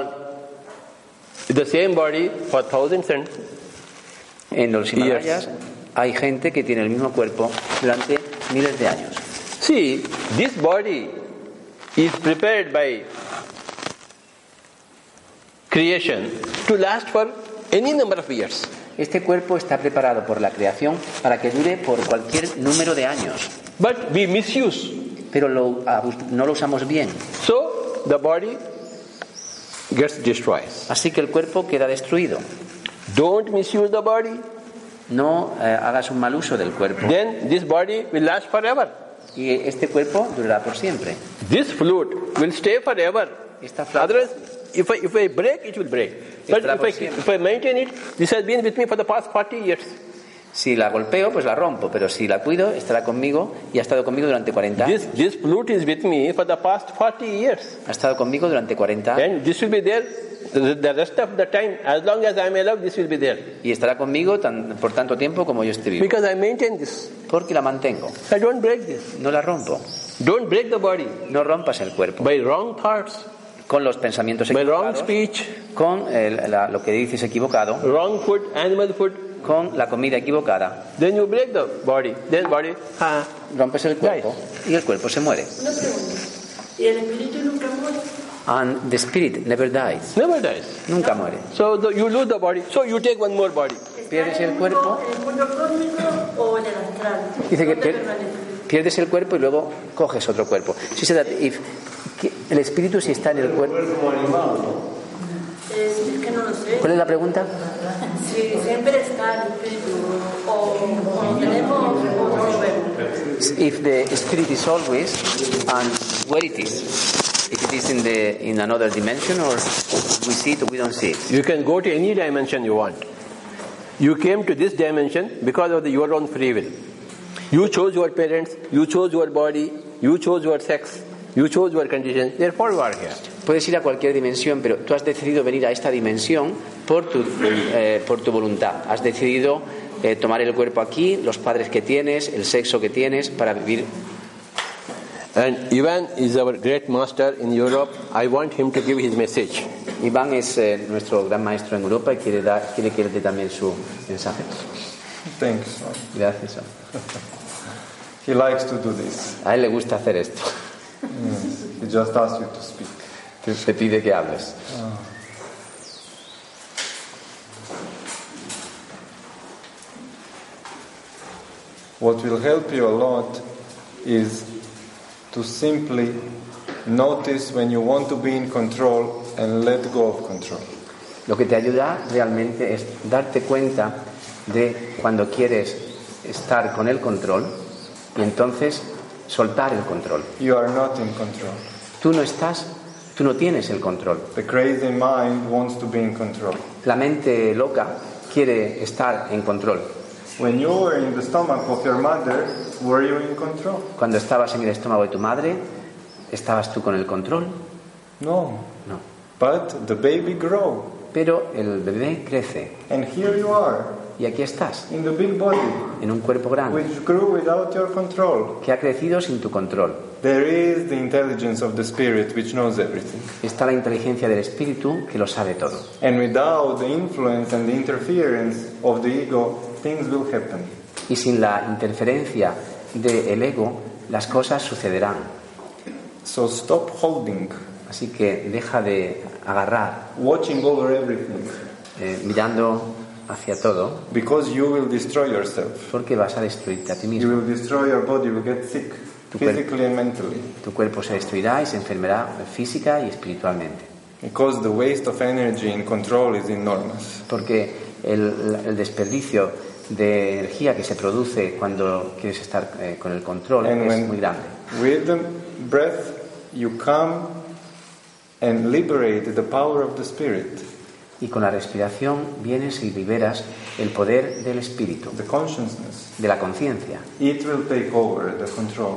with the same body for thousands and En los Years. Himalayas hay gente que tiene el mismo cuerpo durante miles de años. See, this body is prepared by creation to last for any number of years. Este cuerpo está preparado por la creación para que dure por cualquier número de años, But we misuse. pero lo abus- no lo usamos bien. So the body gets destroyed. Así que el cuerpo queda destruido. Don't misuse the body. No eh, hagas un mal uso del cuerpo. Then this body will last forever. Y este cuerpo durará por siempre. This flute will stay forever. Esta flauta- Otherwise, if I, if I break, it will break. But Estará if por I, siempre. if I maintain it, this has been with me for the past 40 years. Si la golpeo, pues la rompo, pero si la cuido, estará conmigo y ha estado conmigo durante 40 años. This, this flute is with me for the past 40 years. Ha estado conmigo durante 40 años And this will be there the the rest of the time. As long as I am alive, this will be there. y estará conmigo tan- por tanto tiempo como yo esté vivo. Because I maintain this. Porque la mantengo, I don't break this. no la rompo. Don't break the body No rompas el cuerpo by wrong thoughts, con los pensamientos by wrong equivocados, speech, con el- la- lo que dices equivocado, wrong food, animal food. con la comida equivocada. Then you break the body. Then body. ah, Rompes el cuerpo y el cuerpo se muere. Una pregunta. ¿Y el espíritu nunca muere? And the spirit never dies, never dies. nunca muere. So the, you lose the body. So you take one more body. Pierdes el cuerpo, ¿En el mundo cósmico o en el astral? dice que ¿Dónde pier- permanece? pierdes el cuerpo y luego coges otro cuerpo. She said that if- que el espíritu si está en el cuerpo. Es que no lo sé. ¿Cuál es la pregunta? Si siempre está el espíritu o, o lo tenemos o no lo vemos. If the spirit is always and where it is, if it is in the in another dimension or we see it or we don't see it. You can go to any dimension you want. You came to this dimension because of the, your own free will. You chose your parents, you chose your body, you chose your sex, you chose your condition. Therefore, you are here. Puedes ir a cualquier dimensión, pero tú has decidido venir a esta dimensión por tu eh, por tu voluntad. Has decidido eh, tomar el cuerpo aquí, los padres que tienes, el sexo que tienes para vivir. And Ivan is our great master in Europe. I want him to give his message. Iván es eh, nuestro gran maestro en Europa y quiere dar quiere que le dé también su mensaje. Thanks. Gracias. He likes to do this. A él le gusta hacer esto. He just asks you to speak. Te- Te pide que hables. What will help you a lot is to simply notice when you want to be in control and let go of control. Lo que te ayuda realmente es darte cuenta de cuando quieres estar con el control y entonces soltar el control. You are not in control. Tú no estás, tú no tienes el control. The crazy mind wants to be in control. La mente loca quiere estar en control. When you were in the stomach of your mother, were you in control? Cuando estabas en el estómago de tu madre, ¿estabas tú con el control? No. No. But the baby grow, Pero el bebé crece and here you are y aquí estás, in the big body, en un cuerpo grande which grew without your control. que ha crecido sin tu control. There is the intelligence of the spirit which knows everything. Está la inteligencia del espíritu que lo sabe todo. And without the influence and the interference of the ego, things will happen. y sin la interferencia del ego, las cosas sucederán. So stop holding, Así que deja de agarrar watching over everything, eh, mirando hacia todo, because you will destroy yourself. porque vas a destruirte a ti You mismo. will destroy your body, you will get sick, physically and mentally. Tu cuerpo se destruirá y se enfermará física y espiritualmente, Because the waste of energy in control is enormous. porque el, el desperdicio de energía que se produce cuando quieres estar eh, con el control es muy grande. with the breath you come and liberate the power of the Spirit, Y con la respiración vienes y liberas el poder del espíritu, the consciousness. de la conciencia. It will take over the control.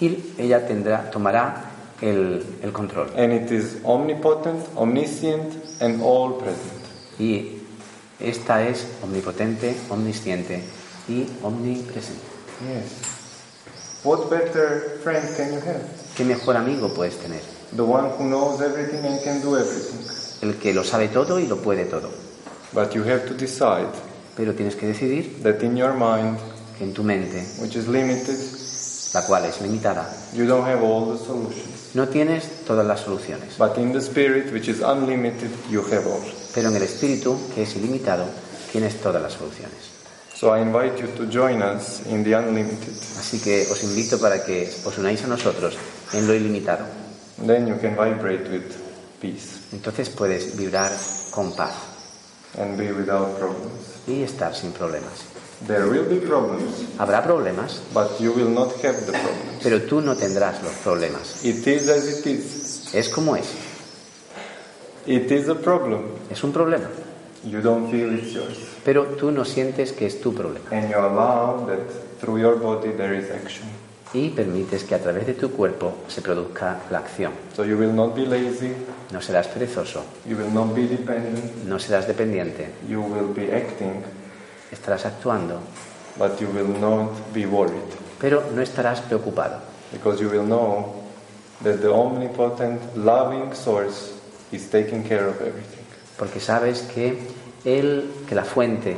Y ella tendrá, tomará el, el control. And it is omnipotent, omniscient, and all present. Y esta es omnipotente, omnisciente y omnipresente. Yes. What better friend can you have? ¿Qué mejor amigo puedes tener? The one who knows everything and can do everything. El que lo sabe todo y lo puede todo. But you have to decide Pero tienes que decidir that in your mind, que en tu mente, which is limited, la cual es limitada, you don't have all the solutions. no tienes todas las soluciones. But in the spirit, which is unlimited, you have all. Pero en el espíritu, que es ilimitado, tienes todas las soluciones. So I invite you to join us in the unlimited. Así que os invito para que os unáis a nosotros en lo ilimitado. Then you can vibrate with peace Entonces puedes vibrar con paz and be without problems. y estar sin problemas. There will be problems, Habrá problemas, but you will not have the problem. pero tú no tendrás los problemas. It is as it is. Es como es. It is a problem. Es un problema, You don't feel it's yours. pero tú no sientes que es tu problema And you allow that through your body there is action. y permites que a través de tu cuerpo se produzca la acción. So you will not be lazy, No serás perezoso, you will not be dependent, no serás dependiente, you will be acting, estarás actuando, but you will not be worried. pero no estarás preocupado, Because you will know that the omnipotent, loving source is taking care of everything. porque sabes que él, que la fuente,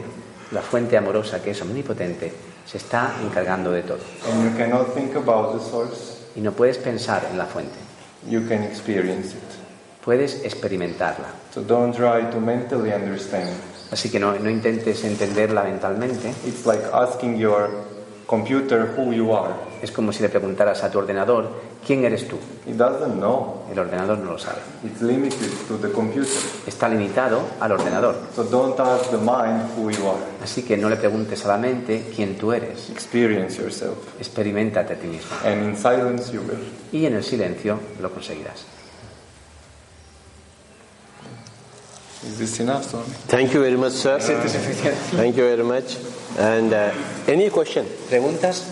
la fuente amorosa que es omnipotente, se está encargando de todo. And you cannot think about the source, Y no puedes pensar en la fuente, you can experience it. puedes experimentarla. So don't try to mentally understand. Así que no, no intentes entenderla mentalmente. It's like asking your computer who you are. Es como si le preguntaras a tu ordenador, ¿quién eres tú? It doesn't know. El ordenador no lo sabe. It's limited to the computer. Está limitado al ordenador. So don't ask the mind who you are. Así que no le preguntes a la mente quién tú eres. Experience yourself. Experimentate a ti mismo. And in silence you will. Y en el silencio lo conseguirás. Is this enough, Swami? Thank you very much, sir. Thank you very much. And uh, any question? ¿Preguntas?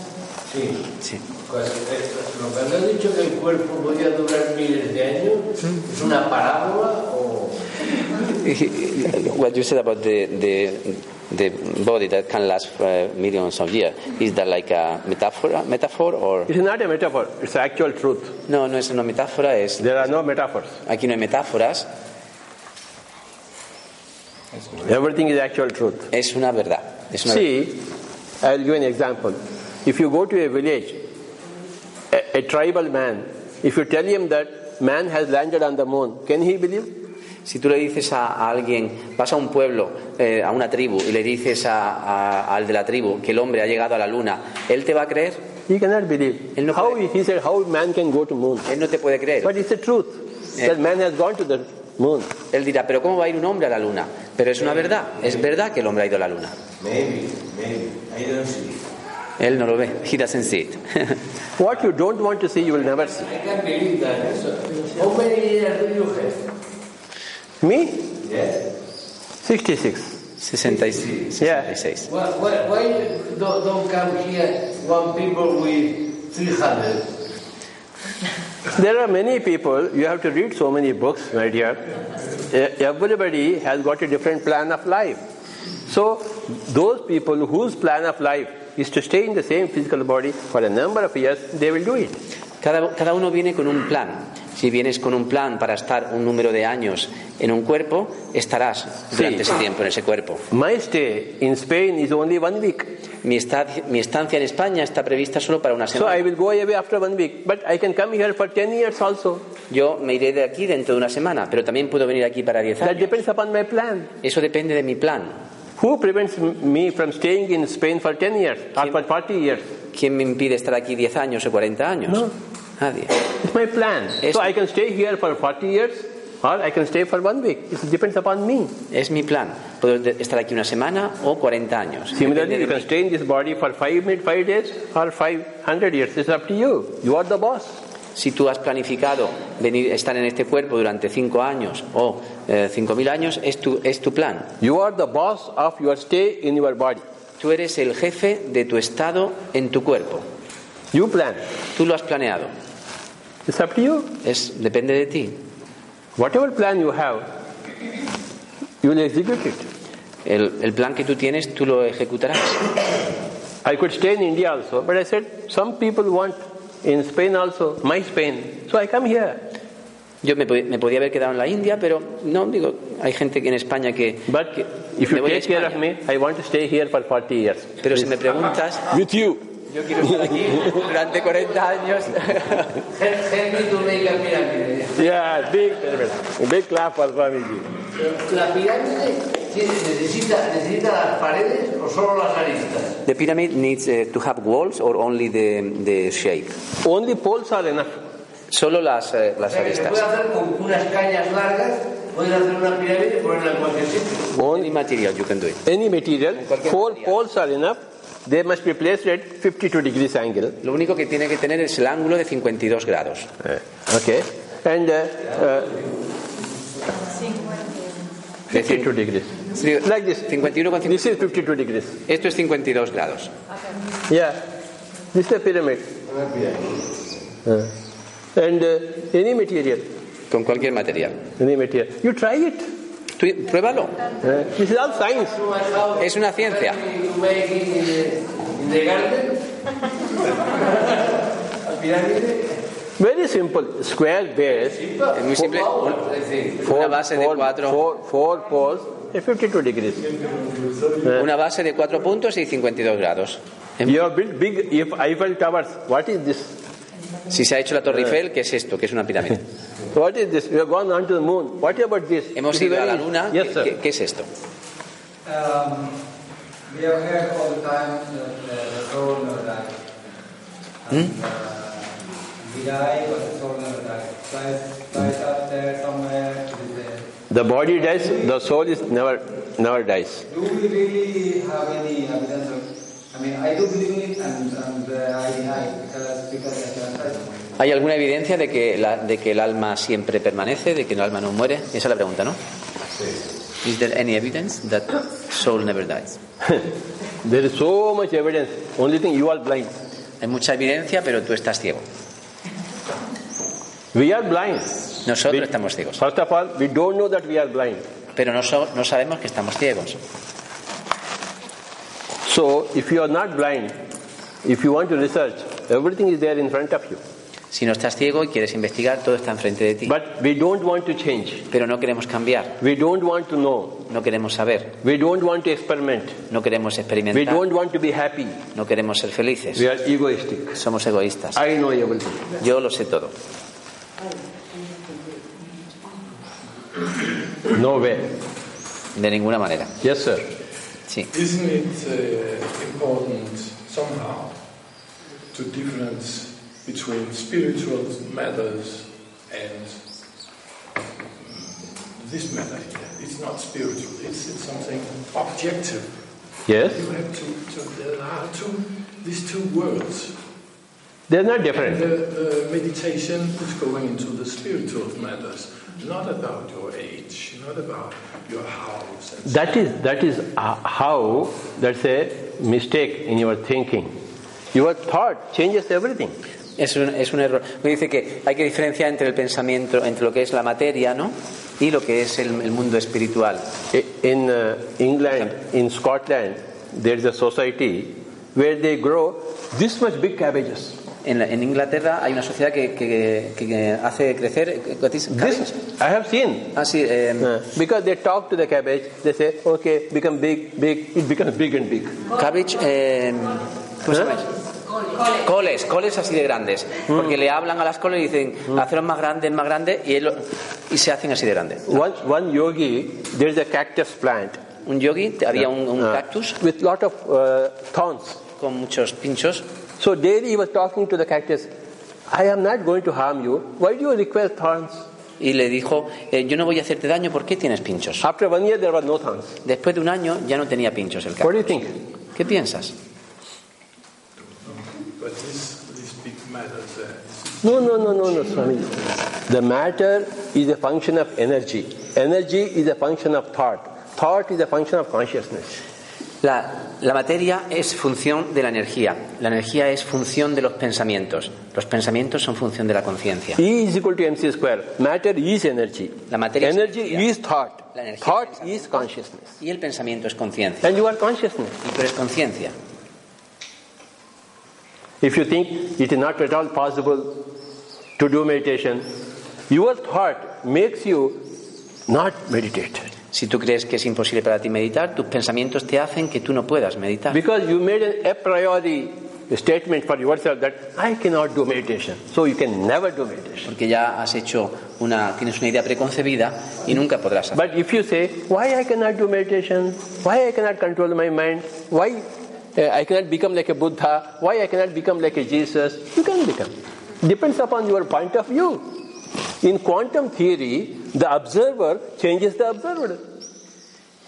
Sí. Sí. Con respecto a Lo que has dicho que el cuerpo podía durar miles de años, ¿es una parábola o...? What you said about the the the body that can last uh, millions of years is that like a metaphor? Metaphor or It's not a metaphor. It's actual truth. no? No es una metáfora. Es There are no metaphors. aquí no hay metáforas. Everything is actual truth. Es una verdad. Es una See, I will give an example. If you go to a village, a, a tribal man, if you tell him that man has landed on the moon, can he believe? Si tú le dices a, a alguien, vas a un pueblo, eh, a una tribu, y le dices a- a- al de la tribu que el hombre ha llegado a la luna, ¿él te va a creer? He cannot believe. Él no how puede. he said how man can go to moon? Él no te puede creer. But it's the truth Eh. that man has gone to the moon. Él dirá, ¿pero cómo va a ir un hombre a la luna? Pero es una verdad, es verdad que el hombre ha ido a la luna. Maybe, maybe. I don't see. Él no lo ve, he doesn't see it. What you don't want to see, you will never see. I can't believe that. So, how many years do you have? Me, Yes. 66. 66. Yeah. 66. Why, why, why you don't, don't come here one people with 300? There are many people. You have to read so many books, my dear. E- Everybody has got a different plan of life. So those people whose plan of life is to stay in the same physical body for a number of years, they will do it. Cada, cada uno viene con un plan. Si vienes con un plan para estar un número de años en un cuerpo, estarás durante Sí. ese tiempo en ese cuerpo. My stay in Spain is only one week, Mi, estancia, mi estancia en España está prevista solo para una so I semana. will go away after one week. But I can come here for ten years also. Yo me iré de aquí dentro de una semana, pero también puedo venir aquí para 10 That años. depends upon my plan. Eso depende de mi plan. Who prevents m- me from staying in Spain for ten years or for forty years? ¿Quién me impide estar aquí 10 años o 40 años? No. Nadie. It's my plan. Yes. So I can stay here for 40 years or I can stay for one week. It depends upon me. Es mi plan. Puedo de- estar aquí una semana o 40 años. Similarly, Depende you de can mí. stay in this body for five minutes, five days or 500 years. It's up to you. You are the boss. Si tú has planificado venir, estar en este cuerpo durante cinco años o eh, cinco mil años, es tu, es tu plan. You are the boss of your stay in your body. Tú eres el jefe de tu estado en tu cuerpo. You plan. Tú lo has planeado. It's up to you. Es, depende de ti. Whatever plan you have, you will execute it. El, el plan que tú tienes, tú lo ejecutarás. I could stay in India also, but I said some people want in Spain also, my Spain. So I come here. Yo me, pod- me podía haber quedado en la India, pero no, digo, hay gente que en España que... But que- if me you voy a take care of España. me, I want to stay here for 40 years. Pero si me preguntas, With you. yo quiero estar aquí durante 40 años. Henry tú veis la pirámide. Yeah, big, big clap for Swamiji. ¿La pirámide tiene- necesita, necesita las paredes o solo las aristas? The pyramid needs eh, to have walls or only the, the shape. Only poles are enough. Solo las, eh, O las sea, que se aristas. puede hacer con unas cañas largas, puedes hacer una pirámide y ponerla en cualquier sitio. Any Only material you can do it. any material, four poles are enough. They must be placed at 52 degrees angle. Lo único que tiene que tener es el ángulo de 52 grados. Okay. And uh, uh, 52 degrees. Like this. 51 con This is 52 degrees. Esto es 52 grados. Yeah. This is a pyramid. Uh, and uh, any material, Con cualquier material. any material. You try it. Tú, pruébalo. Uh, this is all science. Es una ciencia. You make it in the- in the garden. La pirámide. Very simple. Square base. Es muy simple. Ahora, es decir, Una base de four, cuatro, four, four poles at 52 degrees. una base de cuatro puntos y 52 grados. You have built big Eif- Eiffel Towers. What is this? Si se ha hecho la Torre Eiffel, ¿qué es esto? Que es una pirámide. What is this? You have gone on to the moon. What about this? Hemos It is ido a la very- Luna. Yes, ¿Qué, sir. qué- qué es esto? Um, we have heard all the time that uh, the soul never dies. Hmm? And, uh, we die, but the soul never dies. Lies, lies up there somewhere, it is there. The body dies, the soul is never never dies. Do we really have any evidence of? I mean, I do believe in it, and, and uh, I deny it because because I can try to. ¿Hay alguna evidencia de que, la- de que el alma siempre permanece, de que el alma no muere? Esa es la pregunta, ¿no? Is there any evidence that soul never dies? There is so much evidence. Only thing you are blind. Hay mucha evidencia, pero tú estás ciego. We are blind. Nosotros estamos ciegos, First of all, we don't know that we are blind. pero no, so- no sabemos que estamos ciegos. So if you are not blind, if you want to research, everything is there in front of you. Si no estás ciego y quieres investigar, todo está enfrente de ti. But we don't want to change. Pero no queremos cambiar, We don't want to know. no queremos saber, We don't want to experiment. no queremos We experimentar, don't want to be happy. no queremos ser felices. We are egoistic. Somos egoístas. I know everything. Yo lo sé todo. No way. De ninguna manera. Yes, sir. Sí. Isn't it uh, important somehow to difference between spiritual matters and this matter here? It's not spiritual, it's, it's something objective. Yes. You have to, to there are two, these two words. They're not different. The uh, meditation is going into the spiritual matters, not about your age, not about your house. And That is that is uh, how that's a mistake in your thinking. Your thought changes everything. Es un, es un error. Me dice que hay que diferenciar entre el pensamiento, entre lo que es la materia, ¿no? Y lo que es el, el mundo espiritual. I- In uh, England, in Scotland, there is a society where they grow this much big cabbages. En, la- en Inglaterra hay una sociedad que, que- que hace crecer. what is- This I have seen. Ah, sí, eh, Uh, because they talk to the cabbage, they say, "Okay, become big, big." It becomes big and big. Cabbage. eh, ¿Cómo se Ah. ¿Eh? Mm. llama? Coles. coles, así de grandes. Porque le hablan a las coles y dicen, hacerlos más grandes, más grandes, y, él- y se hacen así de grandes. One one yogi, there is a cactus plant. Un yogi, había un, un uh, cactus with lot of uh, thorns. con muchos pinchos. So there he was talking to the cactus. I am not going to harm you. Why do you request thorns? Y le dijo, eh, yo no voy a hacerte daño, ¿por qué tienes pinchos? After one year, there were no thorns. Después de un año ya no tenía pinchos el What cactus. do you think? ¿Qué piensas? But this, this big matters, uh, is No, no, no, no, no, Swami. The matter is a function of energy. Energy is a function of thought. Thought is a function of consciousness. La, la materia es función de la energía. La energía es función de los pensamientos. Los pensamientos son función de la conciencia. E is equal to mc square. Matter is energy. La materia es energy energía. is thought. La energía Thought is consciousness. y el pensamiento es conciencia. And you are consciousness. Y tú eres conciencia. If you think it is not at all possible to do meditation, your thought makes you not meditate. Si tú crees que es imposible para ti meditar, tus pensamientos te hacen que tú no puedas meditar. Because you made an a priori statement for yourself that I cannot do meditation. So you can never do meditation. Porque ya has hecho una, tienes una idea preconcebida y nunca podrás hacer. But if you say, why I cannot do meditation? Why I cannot control my mind? Why uh, I cannot become like a Buddha? Why I cannot become like a Jesus? You can become. Depends upon your point of view. In quantum theory, the observer changes the observed.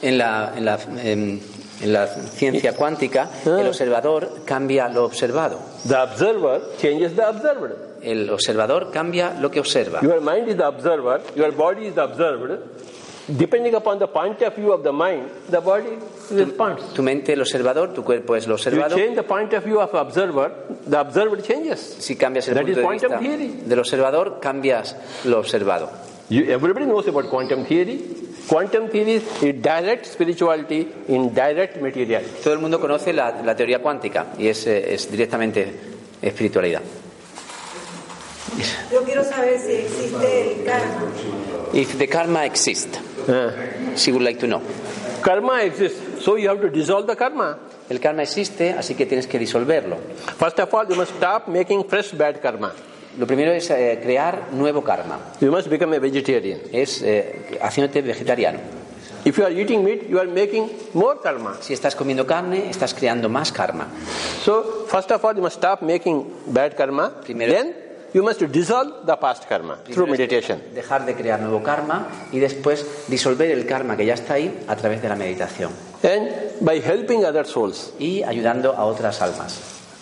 En la, en la, em, en la ciencia cuántica, el observador cambia lo observado. The observer changes the observed. El observador cambia lo que observa. Your mind is the observer, your body is the observed. Depending upon the point of view of the mind, the body responds. Tu mente el observador, tu cuerpo es lo You observado. change the point of view of observer, the observed changes. Si cambias el That is punto de quantum vista theory. del observador, cambias lo observado. You, everybody knows about quantum theory. Quantum theory is a direct spirituality in direct materiality. Todo el mundo conoce la, la teoría cuántica y es, eh, es directamente espiritualidad. Yo quiero saber si existe el karma. If the karma exists, she would like to know. Karma exists, so you have to dissolve the karma. El karma existe, así que tienes que disolverlo. First of all, you must stop making fresh bad karma. Lo primero es eh, crear nuevo karma. You must become a vegetarian. Es eh, haciéndote vegetariano. If you are eating meat, you are making more karma. Si estás comiendo carne, estás creando más karma. So, first of all, you must stop making bad karma. Primero- Then, you must dissolve the past karma through Primero es meditation. Dejar de crear nuevo karma y después disolver el karma que ya está ahí a través de la meditación And by helping other souls, y ayudando a otras almas.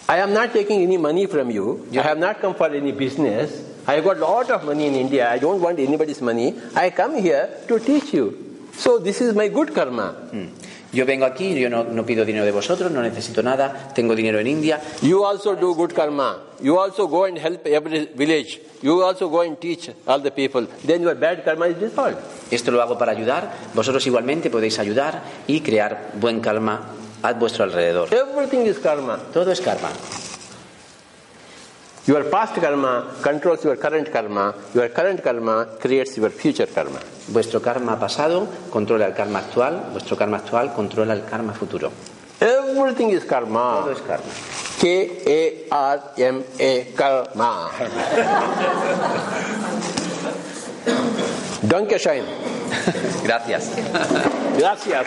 I am not taking any money from you. You have not come for any business. I got lot of money in India. I don't want anybody's money. I come here to teach you. So this is my good karma. Mm. Yo vengo aquí, yo no, no pido dinero de vosotros, no necesito nada, tengo dinero en India. You also do good karma. You also go and help every village. You also go and teach all the people. Then your bad karma is dissolved. Esto lo hago para ayudar, vosotros igualmente podéis ayudar y crear buen karma a vuestro alrededor. Everything is karma. Todo es karma. Your past karma controls your current karma. Your current karma creates your future karma. Vuestro karma pasado controla el karma actual, vuestro karma actual controla el karma futuro. Everything is Todo karma. es karma. K A R M A karma. Dankeschön. Gracias. Gracias.